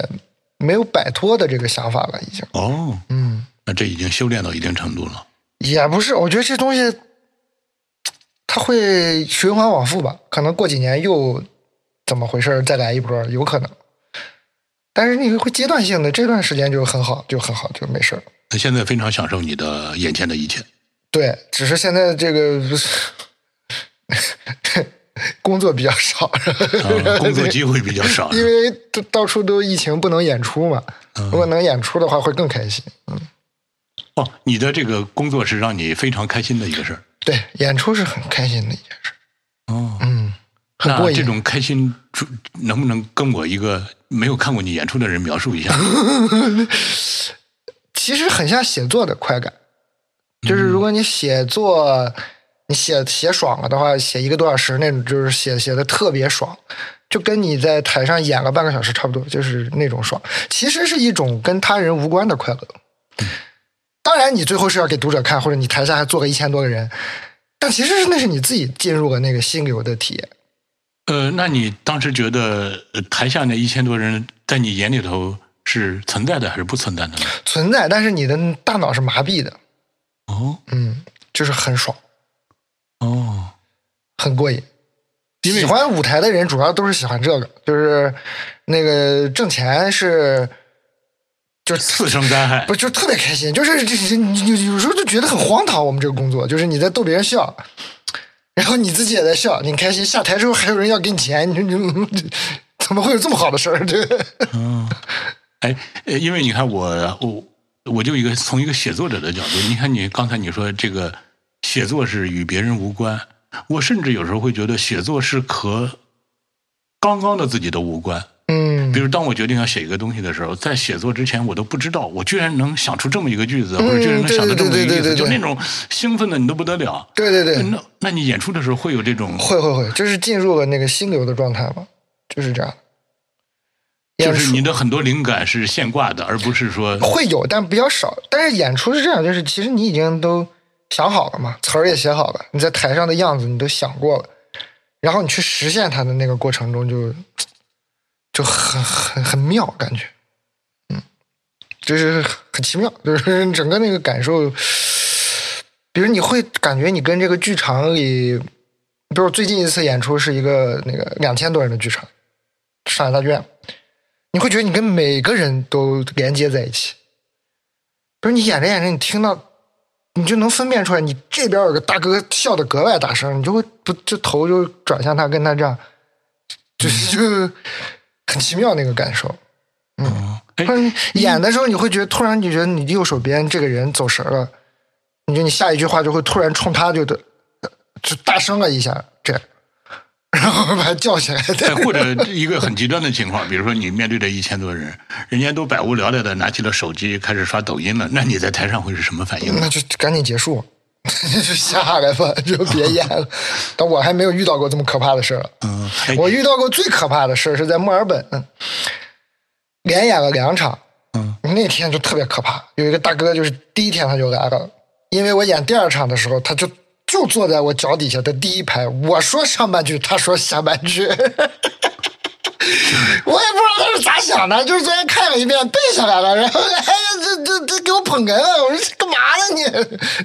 S2: 没有摆脱的这个想法了，已经。
S1: 哦，
S2: 嗯，
S1: 那这已经修炼到一定程度了。
S2: 也不是，我觉得这东西它会循环往复吧，可能过几年又怎么回事儿再来一波，有可能。但是你会阶段性的，这段时间就很好，就很好，就没事儿。
S1: 那现在非常享受你的眼前的一 切。
S2: 对，只是现在这个 工作比较少，
S1: 啊，工作机会比较少，嗯
S2: 因为到到处都疫情不能演出嘛。如果能演出的话，会更开心。
S1: 哦，你的这个工作是让你非常开心的一个事儿。
S2: 对，演出是很开心的一件事，
S1: 哦，
S2: 嗯，很过
S1: 那
S2: 瘾。
S1: 这种开心主能不能跟我一个没有看过你演出的人描述一下？
S2: 其实很像写作的快感，就是如果你写作，你写写爽了的话，写一个多小时那种，就是写写的特别爽，就跟你在台上演了半个小时差不多，就是那种爽。其实是一种跟他人无关的快乐。当然，你最后是要给读者看，或者你台下还坐个一千多个人，但其实是那是你自己进入了那个心流的体验。
S1: 呃，那你当时觉得呃台下那一千多人在你眼里头是存在的还是不存在的呢？
S2: 存在，但是你的大脑是麻痹的，
S1: 哦
S2: 嗯，就是很爽，
S1: 哦，
S2: 很过瘾。
S1: 因为
S2: 喜欢舞台的人主要都是喜欢这个，就是那个挣钱是
S1: 次生灾害
S2: 不就特别开心，就是这这你你有时候就觉得很荒唐。我们这个工作就是你在逗别人笑，然后你自己也在笑，你开心。下台之后还有人要给你钱，你说你这怎么会有这么好的事儿？ 这个
S1: 哎，呃因为你看我我我就一个从一个写作者的角度，你看你刚才你说这个写作是与别人无关，我甚至有时候会觉得写作是和刚刚的自己都无关。
S2: 嗯
S1: 比如，当我决定要写一个东西的时候，在写作之前，我都不知道，我居然能想出这么一个句子，或者居然能想到这么一个
S2: 嗯对对对对
S1: 意
S2: 对
S1: 思，
S2: 对
S1: 就那种兴奋的你都不得了。
S2: 对对对，
S1: 那那你演出的时候会有这种，
S2: 会会会，就是进入了那个心流的状态嘛，就是这样。
S1: 就
S2: 演
S1: 是
S2: 出
S1: 你的很多灵感是现挂的，而不是说
S2: 会有，但比较少。但是演出是这样，就是其实你已经都想好了嘛，词儿也写好了，你在台上的样子你都想过了，然后你去实现它的那个过程中就就很很很妙，感觉，嗯，就是很奇妙，就是整个那个感受，比如你会感觉你跟这个剧场里，比如我最近一次演出是一个那个两千多人的剧场，上海大剧院。你会觉得你跟每个人都连接在一起。比如你演着演着，你听到，你就能分辨出来，你这边有个大哥笑得格外大声，你就会不就头就转向他，跟他这样，就是就很奇妙那个感受。
S1: 哎
S2: 或者你演的时候，你会觉得突然你觉得你右手边这个人走神儿了，你就你下一句话就会突然冲他就的呃就大声了一下，这样，然后把他叫起来。
S1: 哎，或者一个很极端的情况，比如说你面对着一千多人，人家都百无聊赖的拿起了手机开始刷抖音了，那你在台上会是什么反应呢？
S2: 嗯那就赶紧结束， 就下来吧，就别演了。但我还没有遇到过这么可怕的事儿了。啊
S1: 嗯，哎
S2: 我遇到过最可怕的事儿是在墨尔本，嗯连演了两场。
S1: 嗯，
S2: 那天就特别可怕。有一个大哥就是第一天他就来了，因为我演第二场的时候，他就就坐在我脚底下的第一排。 我说上半句，他说下半句。我也不知道他是咋想的，就是昨天看了一遍背下来了，然后哎呀，这这这给我捧哏了，我说这干嘛呢你？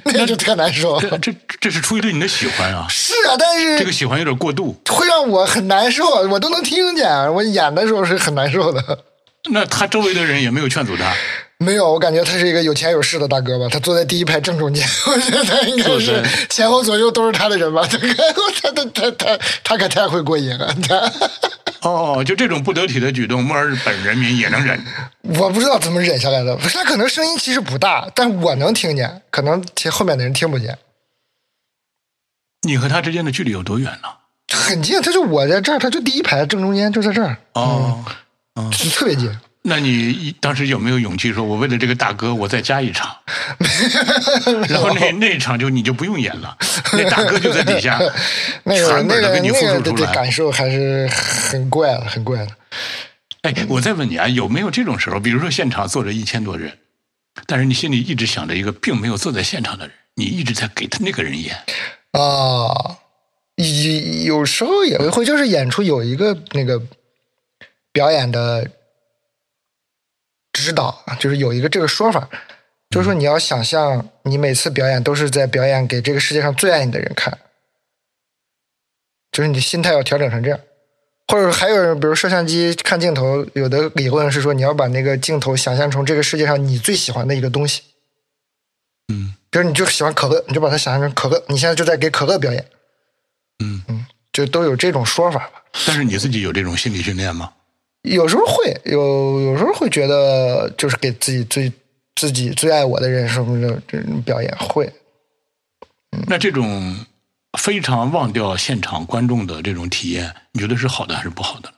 S2: 那就特难受。
S1: 这这这是出于对你的喜欢啊，
S2: 是啊，但
S1: 这个
S2: 是
S1: 喜欢有点过度。
S2: 会让我很难受，我都能听见。我演的时候是很难受的。
S1: 那他周围的人也没有劝阻他，
S2: 没有，我感觉他是一个有钱有势的大哥吧，他坐在第一排正中间，我觉得他应该
S1: 是
S2: 是
S1: 的
S2: 前后左右都是他的人吧。他可他他他他他可太会过瘾了，他
S1: 哦，就这种不得体的举动，墨尔本人民也能忍。
S2: 我不知道怎么忍下来的。他可能声音其实不大，但我能听见，可能其后面的人听不见。
S1: 你和他之间的距离有多远呢？
S2: 很近，他就我在这儿，他就第一排正中间，就在这儿，
S1: 哦，
S2: 就特别近。，
S1: 那你一当时有没有勇气说，我为了这个大哥，我再加一场？ 然后那那一场就你就不用演了，那大哥就在底 下
S2: 那个
S1: 全
S2: 那
S1: 本的
S2: 个
S1: 给你
S2: 那
S1: 复
S2: 个
S1: 述出
S2: 的的
S1: 来。
S2: 感受还是很怪的，很怪的。
S1: 哎，我再问你啊，有没有这种时候？比如说现场坐着一千多人，但是你心里一直想着一个并没有坐在现场的人，你一直在给他那个人演。
S2: 啊，有有时候也会，就是演出有一个那个表演的指导，啊就是有一个这个说法，就是说你要想象你每次表演都是在表演给这个世界上最爱你的人看，就是你的心态要调整成这样。或者还有人，比如摄像机看镜头，有的理论是说你要把那个镜头想象成这个世界上你最喜欢的一个东西。
S1: 嗯
S2: 比如你就喜欢可乐，你就把它想象成可乐，你现在就在给可乐表演，
S1: 嗯，
S2: 就都有这种说法吧。
S1: 但是你自己有这种心理训练吗？
S2: 有时候会有，有时候会觉得就是给自己最自己最爱我的人什么的这种表演会，
S1: 那这种非常忘掉现场观众的这种体验，你觉得是好的还是不好的？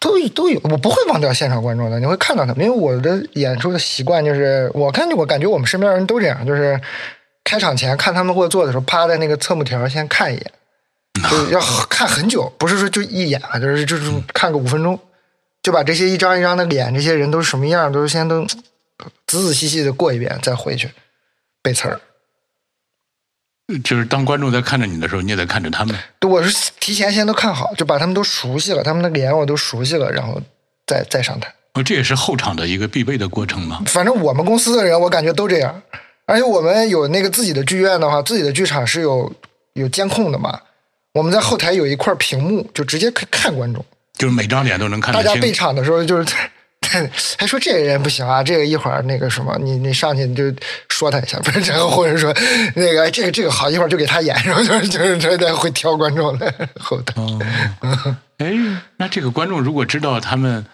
S2: 都都有，我不会忘掉现场观众的，你会看到他们，因为我的演出的习惯就是，我看我感觉我们身边人都这样，就是开场前看他们会做的时候，趴在那个侧幕条先看一眼，就是要看很久，不是说就一眼啊，就是就是看个五分钟，就把这些一张一张的脸，这些人都是什么样，都是先都仔仔细细的过一遍，再回去背词儿。
S1: 就是当观众在看着你的时候，你也在看着他们。
S2: 对，我是提前先都看好，就把他们都熟悉了，他们的脸我都熟悉了，然后再再上台。
S1: 哦，这也是后场的一个必备的过程嘛。
S2: 反正我们公司的人，我感觉都这样。而且我们有那个自己的剧院的话，自己的剧场是有有监控的嘛。我们在后台有一块屏幕，就直接可以看观众。
S1: 就是每张脸都能看
S2: 大
S1: 得
S2: 家备
S1: 清。
S2: 场的时候，就是 还说这个人不行啊，这个一会儿那个什么，你你上去你就说他一下，不是然后或者说那个哎这个这个好，一会儿就给他演，然后就是就是这在会挑观众的后台。
S1: 哦，哎，那这个观众如果知道他们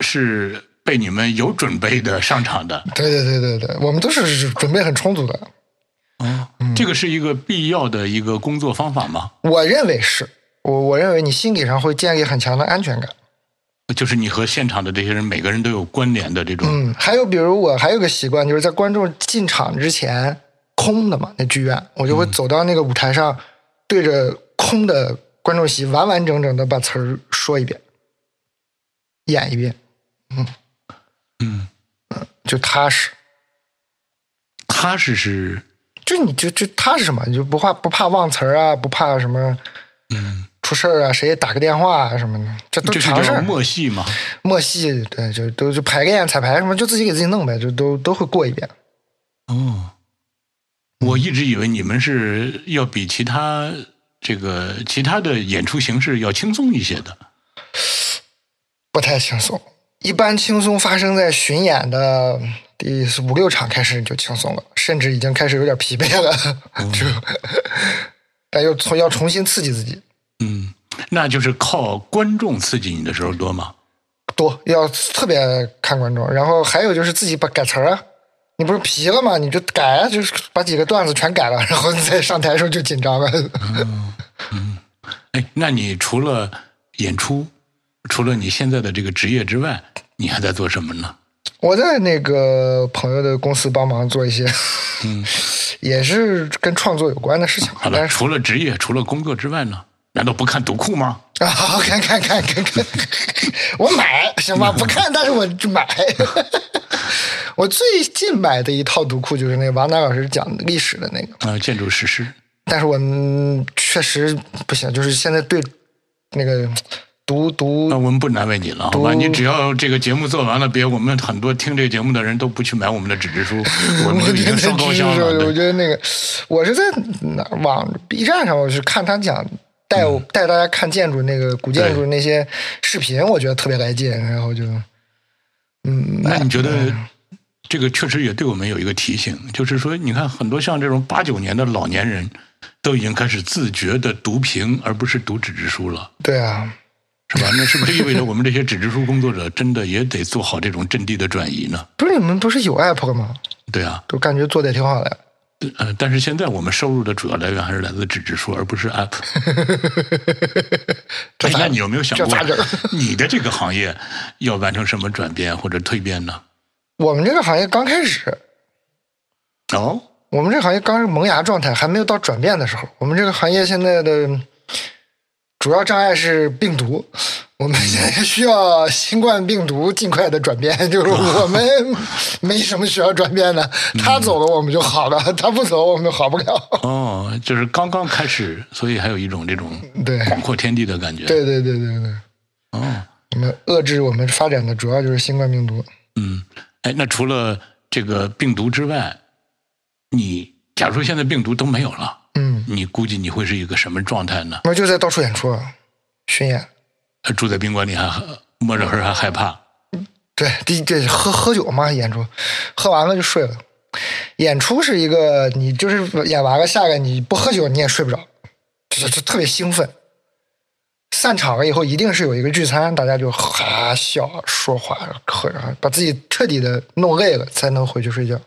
S1: 是被你们有准备的上场的，
S2: 对对对对对，我们都是准备很充足的。嗯
S1: 哦，这个是一个必要的一个工作方法吗？
S2: 我认为是我我认为你心理上会建立很强的安全感。
S1: 就是你和现场的这些人每个人都有关联的这种，
S2: 嗯，还有比如我还有个习惯，就是在观众进场之前空的嘛，那剧院我就会走到那个舞台上，对着空的观众席完完整整的把词儿说一遍，演一遍，
S1: 嗯，
S2: 就踏实。
S1: 踏实是
S2: 就你就就踏实什么，你就不怕不怕忘词儿啊，不怕什么，嗯，出事儿啊，谁打个电话啊什么的，这都
S1: 就是
S2: 常事
S1: 叫
S2: 儿。
S1: 默戏嘛。
S2: 默戏对，就都就排练彩排什么，就自己给自己弄呗，就都都会过一遍。
S1: 哦，我一直以为你们是要比其他这个其他的演出形式要轻松一些的。
S2: 不太轻松。一般轻松发生在巡演的第四五六场开始你就轻松了，甚至已经开始有点疲惫了，就但又从要重新刺激自己，
S1: 嗯，那就是靠观众刺激你的时候多吗？
S2: 多要特别看观众。然后还有就是自己把改词儿啊，你不是皮了吗？你就改啊，就是把几个段子全改了，然后你再上台的时候就紧张了。
S1: 哎，那你除了演出，除了你现在的这个职业之外，你还在做什么呢？
S2: 我在那个朋友的公司帮忙做一些， 也是跟创作有关的事情吧，
S1: 好了，
S2: 但是
S1: 除了职业，除了工作之外呢？难道不看读库吗？
S2: 啊，好看看看看看，我买行吧？不看，但是我就买。 我最近买的一套读库就是那个王楠老师讲历史的那个，
S1: 啊、建筑史诗。
S2: 但是我、嗯确实不行，就是现在对那个读读
S1: 那我们不难为你了，好吧？
S2: 读
S1: 你只要这个节目做完了，别我们很多听这个节目的人都不去买我们的纸质书，我们
S2: 我
S1: 已
S2: 觉
S1: 经
S2: 得
S1: 烧高
S2: 知识
S1: 香了。
S2: 我
S1: 对
S2: 觉得那个，我是在哪儿网 B 站上，我是看他讲带
S1: 嗯
S2: 我、带大家看建筑那个古建筑那些视频，我觉得特别来劲，然后就
S1: 那你觉得这个确实也对我们有一个提醒，就是说，你看很多像这种八九年的老年人，都已经开始自觉的读屏，而不是读纸质书了。
S2: 对啊，
S1: 是吧？那是不是意味着我们这些纸质书工作者真的也得做好这种阵地的转移呢？
S2: 不是你们不是有 app 吗？
S1: 对啊，
S2: 我感觉做的也挺好的。
S1: 呃，但是现在我们收入的主要来源还是来自纸质书，而不是 App。
S2: 这
S1: 哎，
S2: 咋
S1: 那你有没有想
S2: 这
S1: 过
S2: 咋整？
S1: 你的这个行业要完成什么转变或者蜕变呢？
S2: 我们这个行业刚开始，
S1: 哦，
S2: 我们这个行业刚是萌芽状态，还没有到转变的时候。我们这个行业现在的主要障碍是病毒，我们现在需要新冠病毒尽快的转变，就是我们没什么需要转变的， 他走了我们就好了，他不走我们就好不了。
S1: 哦，就是刚刚开始，所以还有一种这种
S2: 对，
S1: 广阔天地的感觉。，
S2: 对对对对对，
S1: 哦，
S2: 我们遏制我们发展的主要就是新冠病毒。
S1: 嗯，哎，那除了这个病毒之外，你假如说现在病毒都没有了，
S2: 嗯，
S1: 你估计你会是一个什么状态呢？
S2: 我们就在到处演出啊，巡演。
S1: 呃住在宾馆里还呃摸着黑还害怕。
S2: 对，第对喝喝酒嘛，演出，喝完了就睡了。演出是一个，你就是演完了下来，你不喝酒你也睡不着，就就特别兴奋。散场了以后，一定是有一个聚餐，大家就哈笑、说话、喝，然后把自己彻底的弄累了，才能回去睡觉。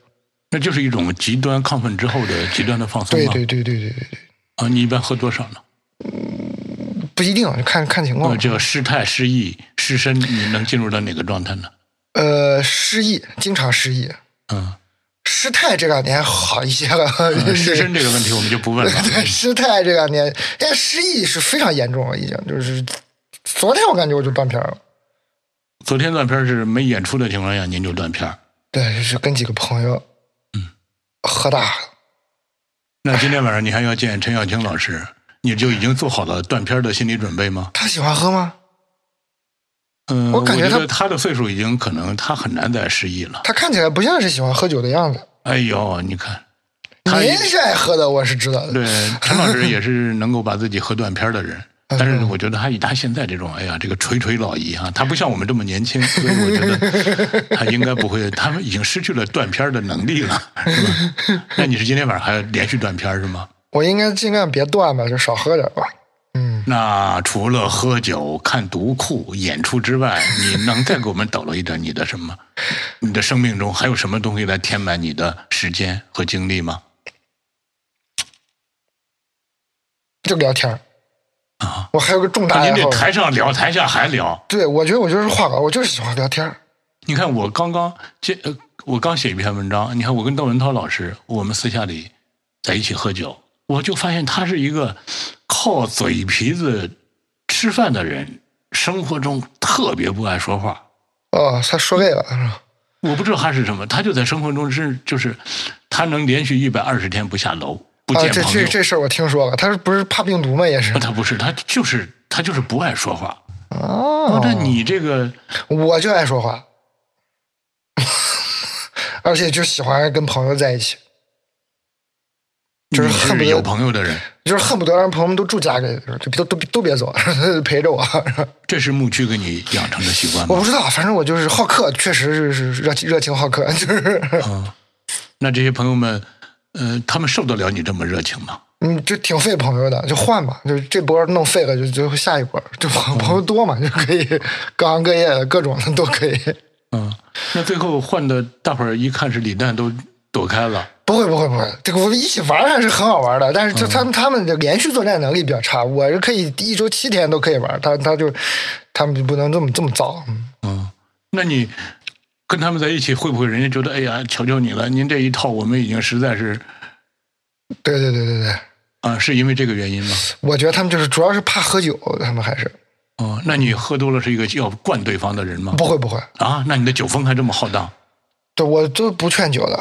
S1: 那就是一种极端亢奋之后的极端的放松
S2: 对
S1: 吗？
S2: 对对对对对对，
S1: 啊，你一般喝多少呢？
S2: 不一定，就看看情
S1: 呃
S2: 况。
S1: 这个失态、失忆、失身，你能进入到哪个状态呢？
S2: 呃，失忆，经常失忆，
S1: 嗯，
S2: 失态这两年好一些了。
S1: 呃失身这个问题我们就不问了。啊
S2: 对，失态这两年，但失忆是非常严重了，已经就是昨天我感觉我就断片了。
S1: 昨天断片是没演出的情况下您就断片儿，
S2: 对，就是跟几个朋友，嗯，喝大了。
S1: 那今天晚上你还要见陈小青老师，你就已经做好了断片儿的心理准备吗？
S2: 他喜欢喝吗？
S1: 嗯，
S2: 我
S1: 我
S2: 感觉
S1: 觉
S2: 他
S1: 得他的岁数已经可能他很难再失忆了。
S2: 他看起来不像是喜欢喝酒的样子。
S1: 哎呦，你看，他
S2: 您是爱喝的，我是知道 的。
S1: 对，陈老师也是能够把自己喝断片儿的人，但是我觉得他以他现在这种，哎呀，这个垂垂老矣啊，他不像我们这么年轻，所以我觉得他应该不会，他们已经失去了断片儿的能力了，是吧？那你是今天晚上还连续断片儿是吗？
S2: 我应该尽量别断吧，就少喝点吧。嗯，
S1: 那除了喝酒、看独库、演出之外，你能再给我们抖露一点你的什么？你的生命中还有什么东西来填满你的时间和精力吗？
S2: 就聊天儿
S1: 啊。
S2: 我还有个重大
S1: 那
S2: 爱
S1: 您这
S2: 好，
S1: 台上聊，台下还聊。
S2: 对我觉得我就是话痨，我就是喜欢聊天儿。
S1: 你看，我刚刚这呃，我刚写一篇文章。你看，我跟窦文涛老师，我们私下里在一起喝酒，我就发现他是一个靠嘴皮子吃饭的人，生活中特别不爱说话。
S2: 哦，他说累了是吧？
S1: 我不知道他是什么，他就在生活中是就是，他能连续一百二十天不下楼，不
S2: 啊，
S1: 见
S2: 这
S1: 朋
S2: 这
S1: 友。
S2: 这事儿我听说了，他是不是怕病毒 嘛？也是
S1: 他不是，他就是他就是不爱说话。
S2: 哦
S1: 那你这个
S2: 我就爱说话， 而且就喜欢跟朋友在一起，就是
S1: 你
S2: 恨不
S1: 是
S2: 得
S1: 有朋友的人，
S2: 就是恨不得让朋友们都住家里，就都都都别走， 陪着我。
S1: 这是牧区给你养成的习惯吗
S2: 我？不知道，反正我就是好客，确实是是热情热情好客， 就是
S1: 那这些朋友们，呃，他们受得了你这么热情吗？
S2: 嗯，就挺费朋友的，就换吧，就是这波弄废了，就就下一波，就朋朋友多嘛，就可以各行各业的各种的都可以。
S1: 嗯，那最后换的大伙儿一看是李诞都躲开了，
S2: 不会不会不会，这个我们一起玩儿还是很好玩的，但是就
S1: 嗯
S2: 他们他们的连续作战能力比较差，我是可以一周七天都可以玩儿，他他就他们就不能这么这么造，嗯
S1: 嗯，那你跟他们在一起会不会人家觉得哎呀求求你了，您这一套我们已经实在是
S2: 对对对对对，
S1: 啊、是因为这个原因吗？
S2: 我觉得他们就是主要是怕喝酒，他们还是嗯
S1: 哦，那你喝多了是一个要灌对方的人吗？
S2: 不会不会，
S1: 啊，那你的酒疯还这么浩荡？
S2: 对我就不劝酒的，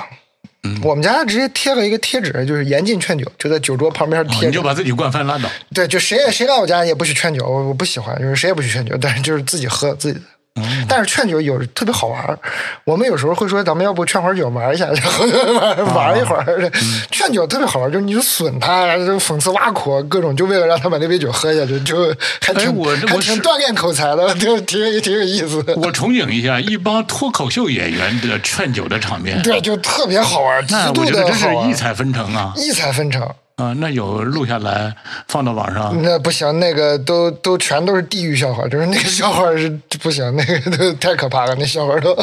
S1: 嗯
S2: 我们家直接贴了一个贴纸，就是严禁劝酒，就在酒桌旁边
S1: 哦你
S2: 贴着。
S1: 就把自己惯翻拉倒。
S2: 对，就谁也谁来我家也不许劝酒，我我不喜欢，就是谁也不许劝酒，但是就是自己喝自己的。
S1: 嗯
S2: 但是劝酒有特别好玩儿，我们有时候会说，咱们要不劝会儿酒玩一下，然 后玩玩一会
S1: 啊
S2: 儿。
S1: 嗯
S2: 劝酒特别好玩儿，就是你就损他，然后就讽刺挖苦，啊各种就为了让他把那杯酒喝下去，就还挺、
S1: 哎我这
S2: 还
S1: 我
S2: 挺
S1: 是
S2: 锻炼口才的，就挺也挺有意思。
S1: 我憧憬一下一帮脱口秀演员的劝酒的场面，
S2: 对，就特别好玩儿，极
S1: 那
S2: 度
S1: 我觉得
S2: 的
S1: 真
S2: 好
S1: 是
S2: 玩
S1: 异
S2: 儿，
S1: 彩纷呈啊！
S2: 异彩纷呈。
S1: 啊，那有录下来放到网上，
S2: 那不行，那个都都全都是地狱笑话，就是那个笑话是不行，那个都太可怕了，那笑话都。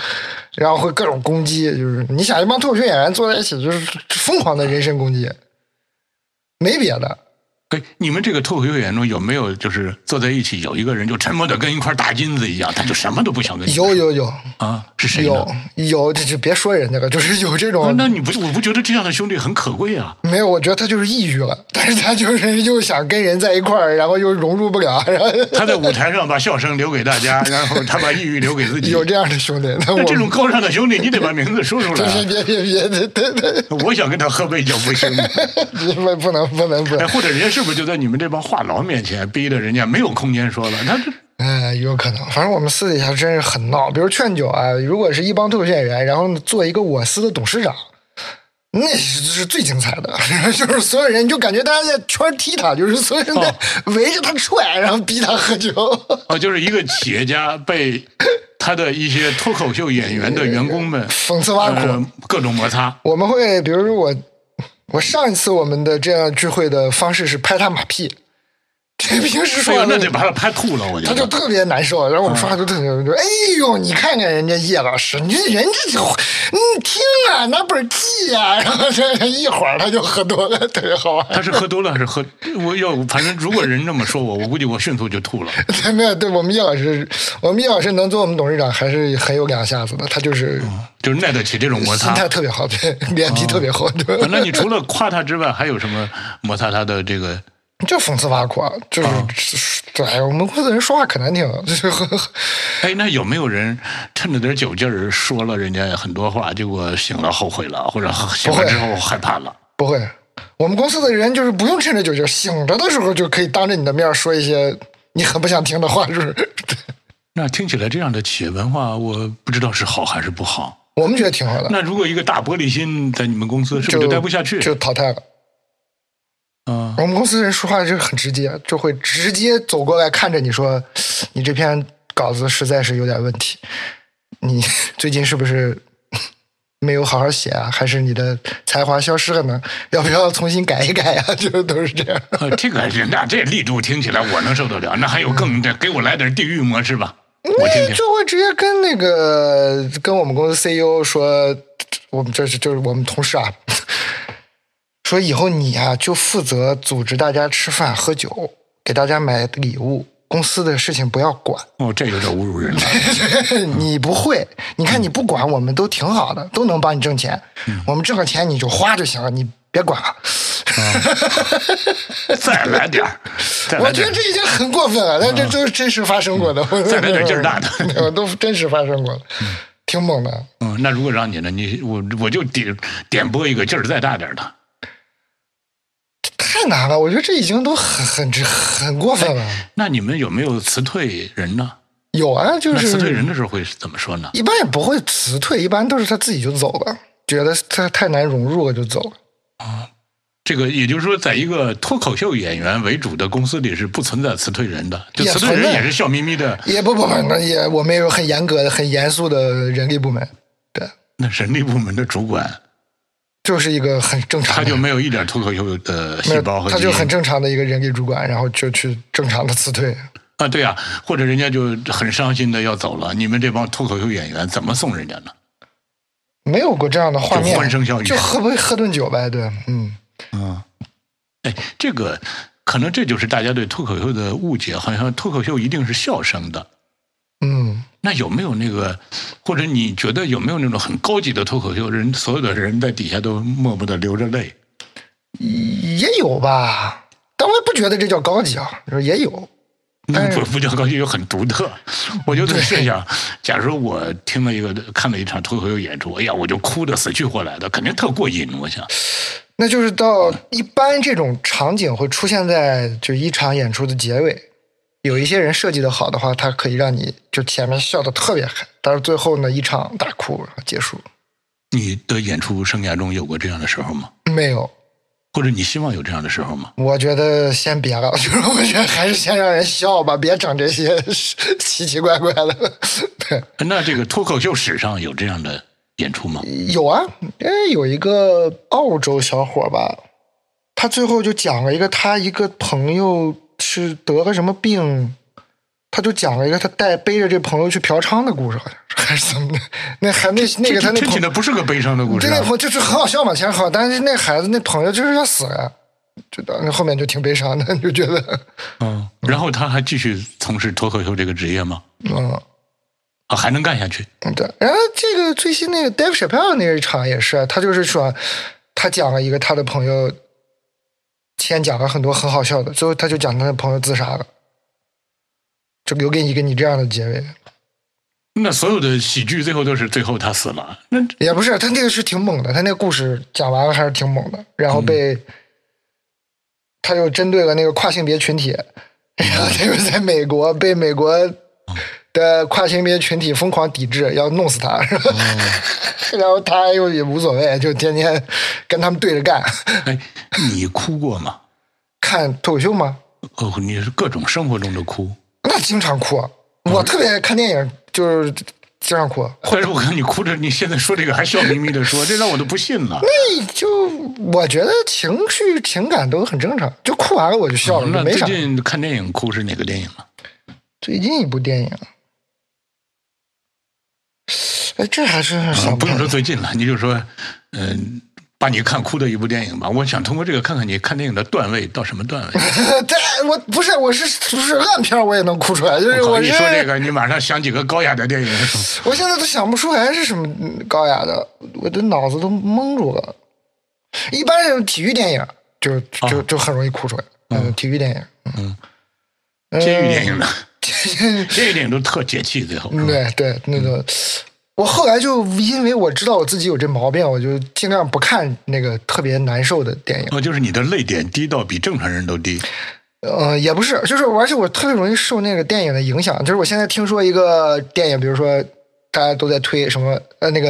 S2: 然后会各种攻击，就是你想一帮脱口秀演员坐在一起，就是疯狂的人身攻击，没别的。
S1: 哎，你们这个脱口秀演员中有没有就是坐在一起有一个人就沉默的跟一块大金子一样，他就什么都不想跟你
S2: 有有有
S1: 啊？是谁呢？
S2: 有有，这就别说人家了，就是有这
S1: 啊
S2: 种。
S1: 那你不我不觉得这样的兄弟很可贵啊？
S2: 没有，我觉得他就是抑郁了，但是他就是又想跟人在一块儿，然后又融入不了，然后
S1: 他在舞台上把笑声留给大家， 然后他把抑郁留给自己。
S2: 有这样的兄弟，那我
S1: 那这种高尚的兄弟，你得把名字说出来
S2: 别
S1: 啊。
S2: 别别别别别别，
S1: 我想跟他喝杯酒不行吗？
S2: 不不能不能不能
S1: 哎，，或者人家是不是就在你们这帮话痨面前逼得人家没有空间说了？他这
S2: 哎，有可能。反正我们私底下真是很闹，比如劝酒啊，如果是一帮脱口秀演员，然后做一个我司的董事长，那是是最精彩的， 就是所有人就感觉大家在圈踢他，就是所有人在
S1: 哦
S2: 围着他踹，然后逼他喝酒。
S1: 哦，就是一个企业家被他的一些脱口秀演员的员工 们
S2: 讽刺挖苦
S1: 呃各种摩擦。
S2: 我们会，比如说我，我上一次我们的这样聚会的方式是拍他马屁，这平时
S1: 哎
S2: 说
S1: 呦，
S2: 完
S1: 那
S2: 了
S1: 得把他拍吐了，我觉
S2: 他就
S1: 得。
S2: 特别难受，然后我们说话就特别难受。哎呦，你看看人家叶老师，你这人这就，你听啊，拿本儿记啊，然后这一会儿他就喝多了，特别好玩。
S1: 他是喝多了还是喝？我要反正如果人这么说我，我估计我迅速就吐了。
S2: 没有，对我们叶老师，我们叶老师能做我们董事长还是很有两下子的，他就是
S1: 就是耐得起这种摩
S2: 心
S1: 擦。啊
S2: 态特别好，对，脸皮特别厚，对
S1: 那你除了夸他之外，还有什么摩擦他的这个？
S2: 就讽刺挖苦，啊，就是、对，我们公司人说话可难听了，就是 呵呵
S1: 哎，那有没有人趁着点酒劲儿说了人家很多话，结果醒了后悔了，或者醒了之后害怕了？
S2: 不会，我们公司的人就是不用趁着酒劲儿，醒着的时候就可以当着你的面儿说一些你很不想听的话，是不是？
S1: 那听起来这样的企业文化，我不知道是好还是不好。
S2: 我们觉得挺好的，
S1: 那如果一个大玻璃心在你们公司，是不是就待不下去？
S2: 就淘汰了。
S1: 嗯，
S2: 我们公司人说话就是很直接，就会直接走过来看着你说，你这篇稿子实在是有点问题，你最近是不是 没有好好写啊？还是你的才华消失了呢？要不要重新改一改呀、啊？ 就是都是这样。
S1: 呃，这个那这力度听起来我能受得了，那还有更这给我来点地狱模式吧，
S2: 嗯
S1: 我听听。
S2: 就会直接跟那个跟我们公司 CEO 说，我们这是就是我们同事啊，说以后你啊就负责组织大家吃饭喝酒，给大家买礼物，公司的事情不要管。
S1: 哦，这有点侮辱人了。嗯
S2: 你不会，你看你不管，我们都挺好的，都能帮你挣钱，
S1: 嗯
S2: 我们挣了钱你就花就行了，你别管啊了。
S1: 再来点儿，再
S2: 我
S1: 来
S2: 觉
S1: 点
S2: 得
S1: 儿。
S2: 这已经很过分了，但这都是真实发生过的。
S1: 再来点劲儿 大的
S2: 我都真实发生过了，挺猛的。
S1: 嗯，那如果让你呢，你我我就点点播一个劲儿再大点儿的。
S2: 太难了，我觉得这已经都很很这很过分了。
S1: 那你们有没有辞退人呢？
S2: 有啊，就
S1: 那辞退
S2: 是
S1: 人的时候会怎么说呢？
S2: 一般也不会辞退，一般都是他自己就走了，觉得他太难融入了就走了。
S1: 这个也就是说，在一个脱口秀演员为主的公司里是不存在辞退人的，就
S2: 也
S1: 辞退
S2: 存
S1: 人
S2: 在
S1: 也是笑眯眯的。
S2: 也不不
S1: 哦
S2: 不，那也我们也有很严格的、很严肃的人力部门，对，
S1: 那人力部门的主管
S2: 就是一个很正
S1: 他
S2: 常的
S1: 就。没有一点脱口秀的
S2: 没
S1: 细
S2: 有
S1: 胞和
S2: 他
S1: 基
S2: 就
S1: 因
S2: 很正常的一个人力主管，然后就去正常的辞退。
S1: 啊，对啊，或者人家就很伤心的要走了，你们这帮脱口秀演员怎么送人家呢？
S2: 没有过这样的画面，
S1: 就欢声笑语
S2: 就喝杯喝顿酒呗，对，嗯，
S1: 哎，这个可能这就是大家对脱口秀的误解，好像脱口秀一定是笑声的。
S2: 嗯，
S1: 那有没有那个，或者你觉得有没有那种很高级的脱口秀人，所有的人在底下都默默的流着泪？
S2: 也有吧，但我也不觉得这叫高级啊，就是也有，
S1: 那
S2: 但是
S1: 不不叫高兴，又很独 特。我就在设想，假如我听了一个看了一场脱口秀演出，哎呀，我就哭得死去活来的，肯定特过瘾。我想，
S2: 那就是到一般这种场景会出现在就一场演出的结尾，有一些人设计的好的话，他可以让你就前面笑的特别嗨，但是最后呢一场大哭然后结束。
S1: 你的演出生涯中有过这样的时候吗？
S2: 没有，
S1: 或者你希望有这样的时候吗？
S2: 我觉得先别了，就是我觉得还是先让人笑吧，别整这些 奇奇怪怪的。 对，
S1: 那这个脱口秀史上有这样的演出吗？
S2: 有啊，哎，有一个澳洲小伙吧，他最后就讲了一个他一个朋友是得个什么病，他就讲了一个他带背着这朋友去嫖娼的故事，好像是还是怎么的。那还那那个他那
S1: 听起
S2: 朋
S1: 来不是个悲伤的故事、
S2: 对
S1: 啊。
S2: 那朋友就是很好笑嘛，其实很好，但是那孩子那朋友就是要死了，就到那后面就挺悲伤的， 就觉得
S1: 嗯，然后他还继续从事脱口秀这个职业吗？
S2: 嗯。
S1: 啊，还能干下去？
S2: 嗯，对。然后这个最新那个 Dave Chappelle 那一场也是，啊他就是说，他讲了一个他的朋友，先讲了很多很好笑的，最后他就讲他的朋友自杀了，就留给你一个你这样的结尾。
S1: 那所有的喜剧最后都是最后他死了。那
S2: 也不是，他那个是挺猛的，他那个故事讲完了还是挺猛的，然
S1: 嗯
S2: 后被、他又针对了那个跨性别群体，然后他又在美国被美国的跨性别群体疯狂抵制，要弄死他，然后
S1: 哦
S2: 然后他又也无所谓，就天天跟他们对着干。
S1: 哎，你哭过吗？
S2: 看脱口秀吗？
S1: 哦，你是各种生活中的哭，
S2: 那经常哭，啊
S1: 嗯
S2: 我特别爱看电影，就是经常哭。啊
S1: 但是我看你哭着，你现在说这个还笑眯眯的说，这让我都不信了。
S2: 那哎就我觉得情绪情感都很正常，就哭完了我就笑了，
S1: 哦嗯那
S2: 就没
S1: 最
S2: 啥。
S1: 近看电影哭是哪个电影啊？
S2: 最近一部电影，哎，这还是
S1: 啊
S2: 想
S1: 不
S2: 太
S1: 用说最近了，你就说，嗯、把你看哭的一部电影吧。我想通过这个看看你看电影的段位到什么段位。
S2: 对，我不是，我是不是烂片儿我也能哭出来，就是
S1: 我
S2: 我
S1: 靠一
S2: 是
S1: 说这个，你马上想几个高雅的电影。
S2: 我现在都想不出来是什么高雅的，我的脑子都蒙住了。一般是体育电影就
S1: 啊
S2: 就就很容易哭出来，嗯，体育电影，呃
S1: 监狱电影呢？ 监狱电影都特解气，最后是吧
S2: 对对，那
S1: 嗯
S2: 个。我后来就因为我知道我自己有这毛病，我就尽量不看那个特别难受的电影。
S1: 哦，就是你的泪点低到比正常人都低。
S2: 呃，也不是，就是我而且我特别容易受那个电影的影响。就是我现在听说一个电影，比如说大家都在推什么呃那个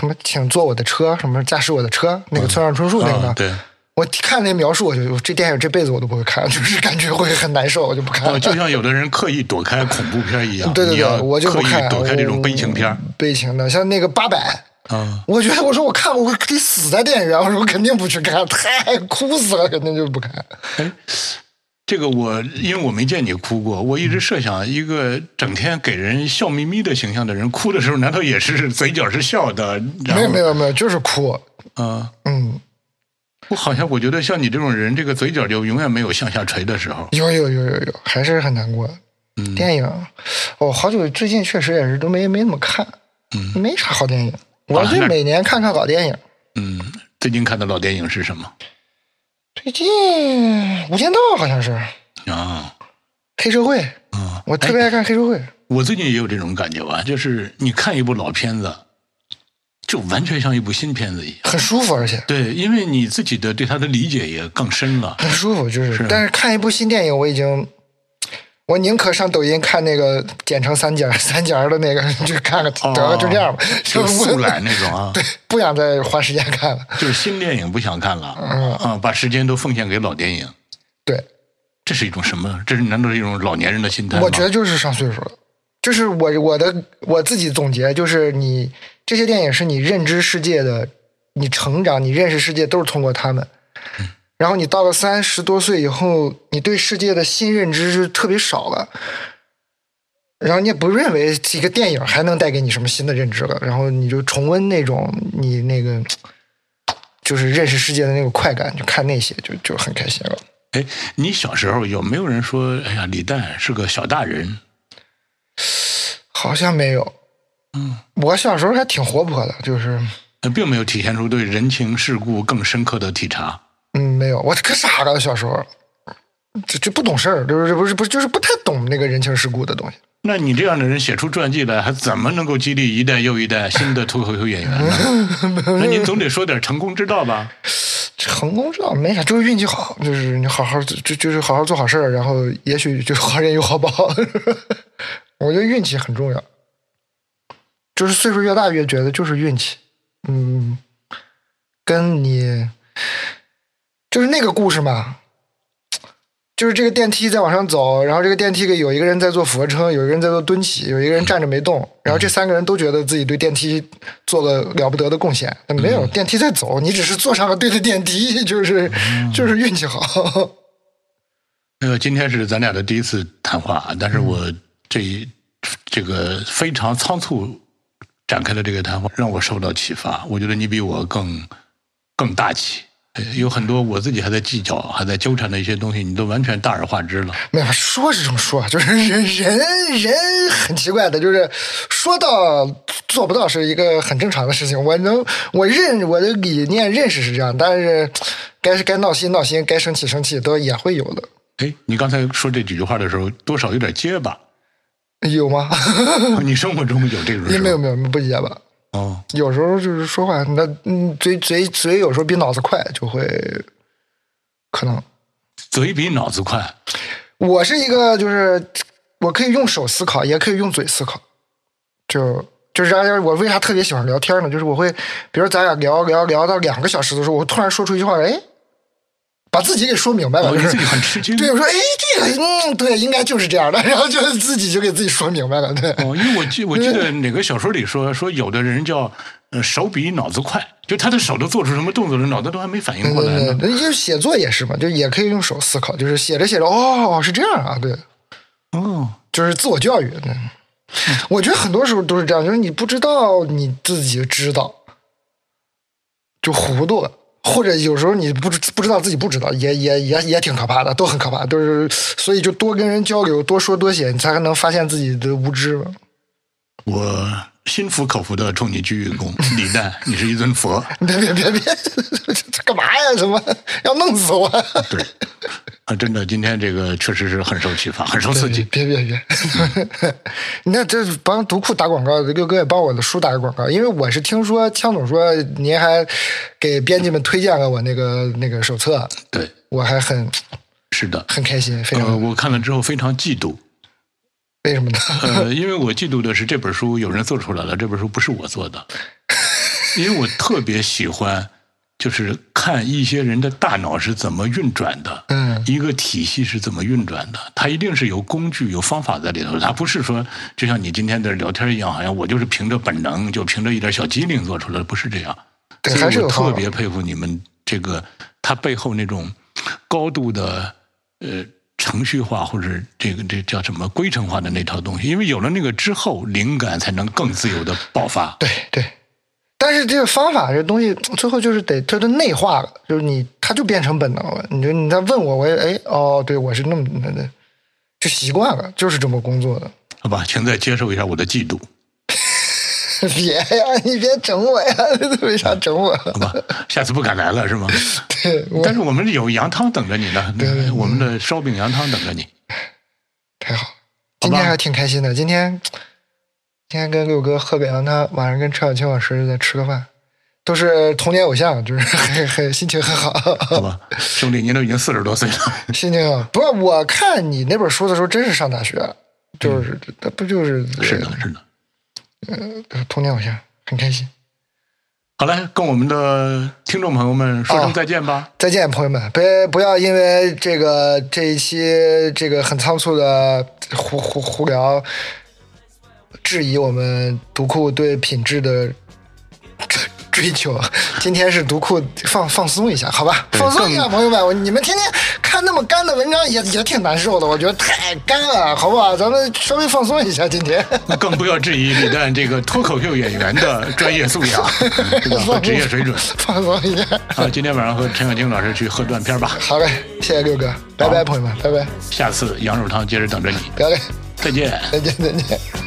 S2: 什么，请坐我的车，什么驾驶我的车，那个村上春树那个呢、
S1: 啊，对，
S2: 我看那描述，我就这电影这辈子我都不会看， 就是感觉会很难受，我就不看了。
S1: 哦，就像有的人刻意躲开恐怖片一样，
S2: 对对
S1: 你
S2: 对，
S1: 要
S2: 我就不
S1: 刻意
S2: 看
S1: 躲开这种悲情片儿
S2: 我嗯悲情的，像那个八百。
S1: 啊。
S2: 我觉得我说我看我可以死在电影院，我说我肯定不去看， 太哭死了，肯定就不看。
S1: 这个我因为我没见你哭过，我
S2: 嗯
S1: 一直设想一个整天给人笑眯眯的形象的人，哭的时候难道也是嘴角是笑的？然
S2: 没有没
S1: 后
S2: 有没有，就是哭，
S1: 啊，
S2: 嗯。
S1: 我好像我觉得像你这种人，这个嘴角就永远没有向下垂的时候。
S2: 有有有有有，还是很难过。
S1: 嗯
S2: 电影，我、好久最近确实也是都没没怎么看，没啥好电影。
S1: 嗯
S2: 我
S1: 啊
S2: 就
S1: 那
S2: 每年看看老电影。
S1: 嗯，最近看的老电影是什么
S2: 最近《无间道》好像是
S1: 啊？
S2: 黑社会，
S1: 啊，
S2: 我特别爱看黑社会。
S1: 我最近也有这种感觉吧，就是你看一部老片子，就完全像一部新片子一样。
S2: 很舒服，而且
S1: 对，因为你自己的对它的理解也更深 了。
S2: 很舒服，就是。
S1: 是
S2: 但是看一部新电影，我已经，我宁可上抖音看那个剪成三节儿 三节儿的那个，就看看得了，就这样吧，
S1: 哦就是
S2: 我
S1: 素来那种啊，
S2: 对， 不想再花时间看了。
S1: 就是新电影不想看了，啊，把时间都奉献给老电影，
S2: 对，
S1: 这是一种什么？这是难道是一种老年人的心态吗？
S2: 我觉得就是上岁数了，就是我我的我自己总结就是你这些电影是你认知世界的，你成长你认识世界都是通过他们。然后你到了三十多岁以后，你对世界的新认知是特别少了，然后你也不认为一个电影还能带给你什么新的认知了，然后你就重温那种你那个就是认识世界的那个快感，就看那些就就很开心了。
S1: 哎，你小时候有没有人说，哎呀，李诞是个小大人？
S2: 好像没有。嗯，我小时候还挺活泼的，就是
S1: 呃并没有体现出对人情世故更深刻的体察。
S2: 嗯没有，我可傻了小时候。这这不懂事儿，就是不是不是就是不太懂那个人情世故的东西。
S1: 那你这样的人写出传记来，还怎么能够激励一代又一代新的脱口秀演员呢？ 那你总得说点成功之道吧？
S2: 成功之道没啥，就是运气好，就是你好好就就是好好做好事儿，然后也许就好人有好报。 我觉得运气很重要，就是岁数越大越觉得就是运气，嗯，跟你就是那个故事嘛，就是这个电梯在往上走，然后这个电梯里有一个人在做俯卧撑，有一个人在做蹲起，有一个人站着没动，然后这三个人都觉得自己对电梯做了了不得的贡献，但没有，电梯在走，你只是坐上了对的电梯，就是就是运气好。
S1: 那呃个今天是咱俩的第一次谈话啊，
S2: 嗯
S1: 但是我这一这个非常仓促展开的这个谈话，让我受到启发。我觉得你比我更更大气，呃有很多我自己还在计较、还在纠缠的一些东西，你都完全大而化之了。
S2: 没有说是这么说，就是人人人很奇怪的，就是说到做不到是一个很正常的事情。我能我认我的理念认识是这样，但是该是该闹心闹心，该生气生气都也会有的，
S1: 哎，你刚才说这几句话的时候，多少有点结巴。
S2: 有吗？
S1: 你生活中有这种
S2: 嗯也
S1: 事
S2: 没有
S1: 吗？
S2: 没有不结巴，
S1: 哦，
S2: 有时候就是说话，那嗯嘴嘴嘴有时候比脑子快，就会可能
S1: 嘴比脑子快。
S2: 我是一个，就是我可以用手思考，也可以用嘴思考。就就是大家，我为啥特别喜欢聊天呢？就是我会，比如咱俩聊聊聊到两个小时的时候，我突然说出一句话，哎，把自己给说明白了，
S1: 哦你
S2: 就是
S1: 自己很吃惊
S2: 对，我说哎，这个嗯，对，应该就是这样的，然后就自己就给自己说明白了，对。
S1: 哦，因为我记我记得哪个小说里说说有的人叫呃手比脑子快，就他的手都做出什么动作了，脑袋都还没反应过来
S2: 对
S1: 呢。
S2: 对，就是写作也是嘛，就也可以用手思考，就是写着写着，哦，是这样啊，对，
S1: 哦，
S2: 就是自我教育。对，我觉得很多时候都是这样，就是你不知道你自己知道，就糊涂了。或者有时候你不知不知道自己不知道，也也也也挺可怕的，都很可怕，都是所以就多跟人交流，多说多写，你才能发现自己的无知嘛。
S1: 我心服口服的冲你鞠一躬，李诞，你是一尊佛。
S2: 别别别别， 这干嘛呀？什么要弄死我？
S1: 对，啊，真的，今天这个确实是很受启发，很受刺激。
S2: 别别别！ 那这帮读库打广告，六哥也帮我的书打个广告，因为我是听说枪总说您还给编辑们推荐了我那个那个手册，
S1: 对，
S2: 我还很
S1: 是的，
S2: 很开心，非常、
S1: 呃，我看了之后非常嫉妒。
S2: 为什 么呢？
S1: 呃，因为我嫉妒的是这本书有人做出来了，这本书不是我做的，因为我特别喜欢，就是看一些人的大脑是怎么运转的，
S2: 嗯，
S1: 一个体系是怎么运转的，它一定是有工具、有方法在里头的，它不是说就像你今天在这聊天一样，好像我就是凭着本能，就凭着一点小机灵做出来的，不是这样。
S2: 对
S1: 所以
S2: 还是
S1: 我
S2: 有方
S1: 特
S2: 法
S1: 别佩服你们这个，它背后那种高度的呃程序化或者这个这叫什么规程化的那套东西，因为有了那个之后，灵感才能更自由的爆发。
S2: 对对，但是这个方法这东西最后就是得它都内化了，就是你它就变成本能了。你就你再问我，我也哎哦，对我是那么那那，就习惯了，就是这么工作的。
S1: 好吧，请再接受一下我的嫉妒，
S2: 别呀，你别整我呀！ 为啥整我？
S1: 好 吧？下次不敢来了是吗？
S2: 对我
S1: 但是我们有羊汤等着你呢，我们的烧饼羊汤等着你。
S2: 太好了，
S1: 好
S2: 今
S1: 吧
S2: 天还挺开心的。今天今天跟六哥喝北洋汤，晚上跟陈小青老师再吃个饭，都是童年偶像，就是 很很心情很
S1: 好
S2: 好，
S1: 吧，兄弟，您都已经四十多岁了，
S2: 心情好。不是我看你那本书的时候，真是上大学，就是那、不就是
S1: 嗯是的，是的。
S2: 童年偶像，很开心。
S1: 好嘞，跟我们的听众朋友们说声再见吧。
S2: 再见，朋友们！别不要因为这个这一期这个很仓促的胡胡胡聊，质疑我们读库对品质的追追求。今天是读库放放松一下，好吧？
S1: 对
S2: 放松一下，
S1: 更
S2: 朋友们！我你们天天看那么干的文章也也挺难受的，我觉得太干了，好不好？咱们稍微放松一下，今天。
S1: 那更不要质疑李诞这个脱口秀演员的专业素 养对吧和职业水准。
S2: 放松一下。
S1: 好，今天晚上和陈小青老师去喝断片吧，
S2: 好嘞，谢谢六哥，拜拜，朋友们，拜拜，
S1: 下次羊肉汤接着等着你，
S2: 拜拜，
S1: 再见。
S2: 再见，再见。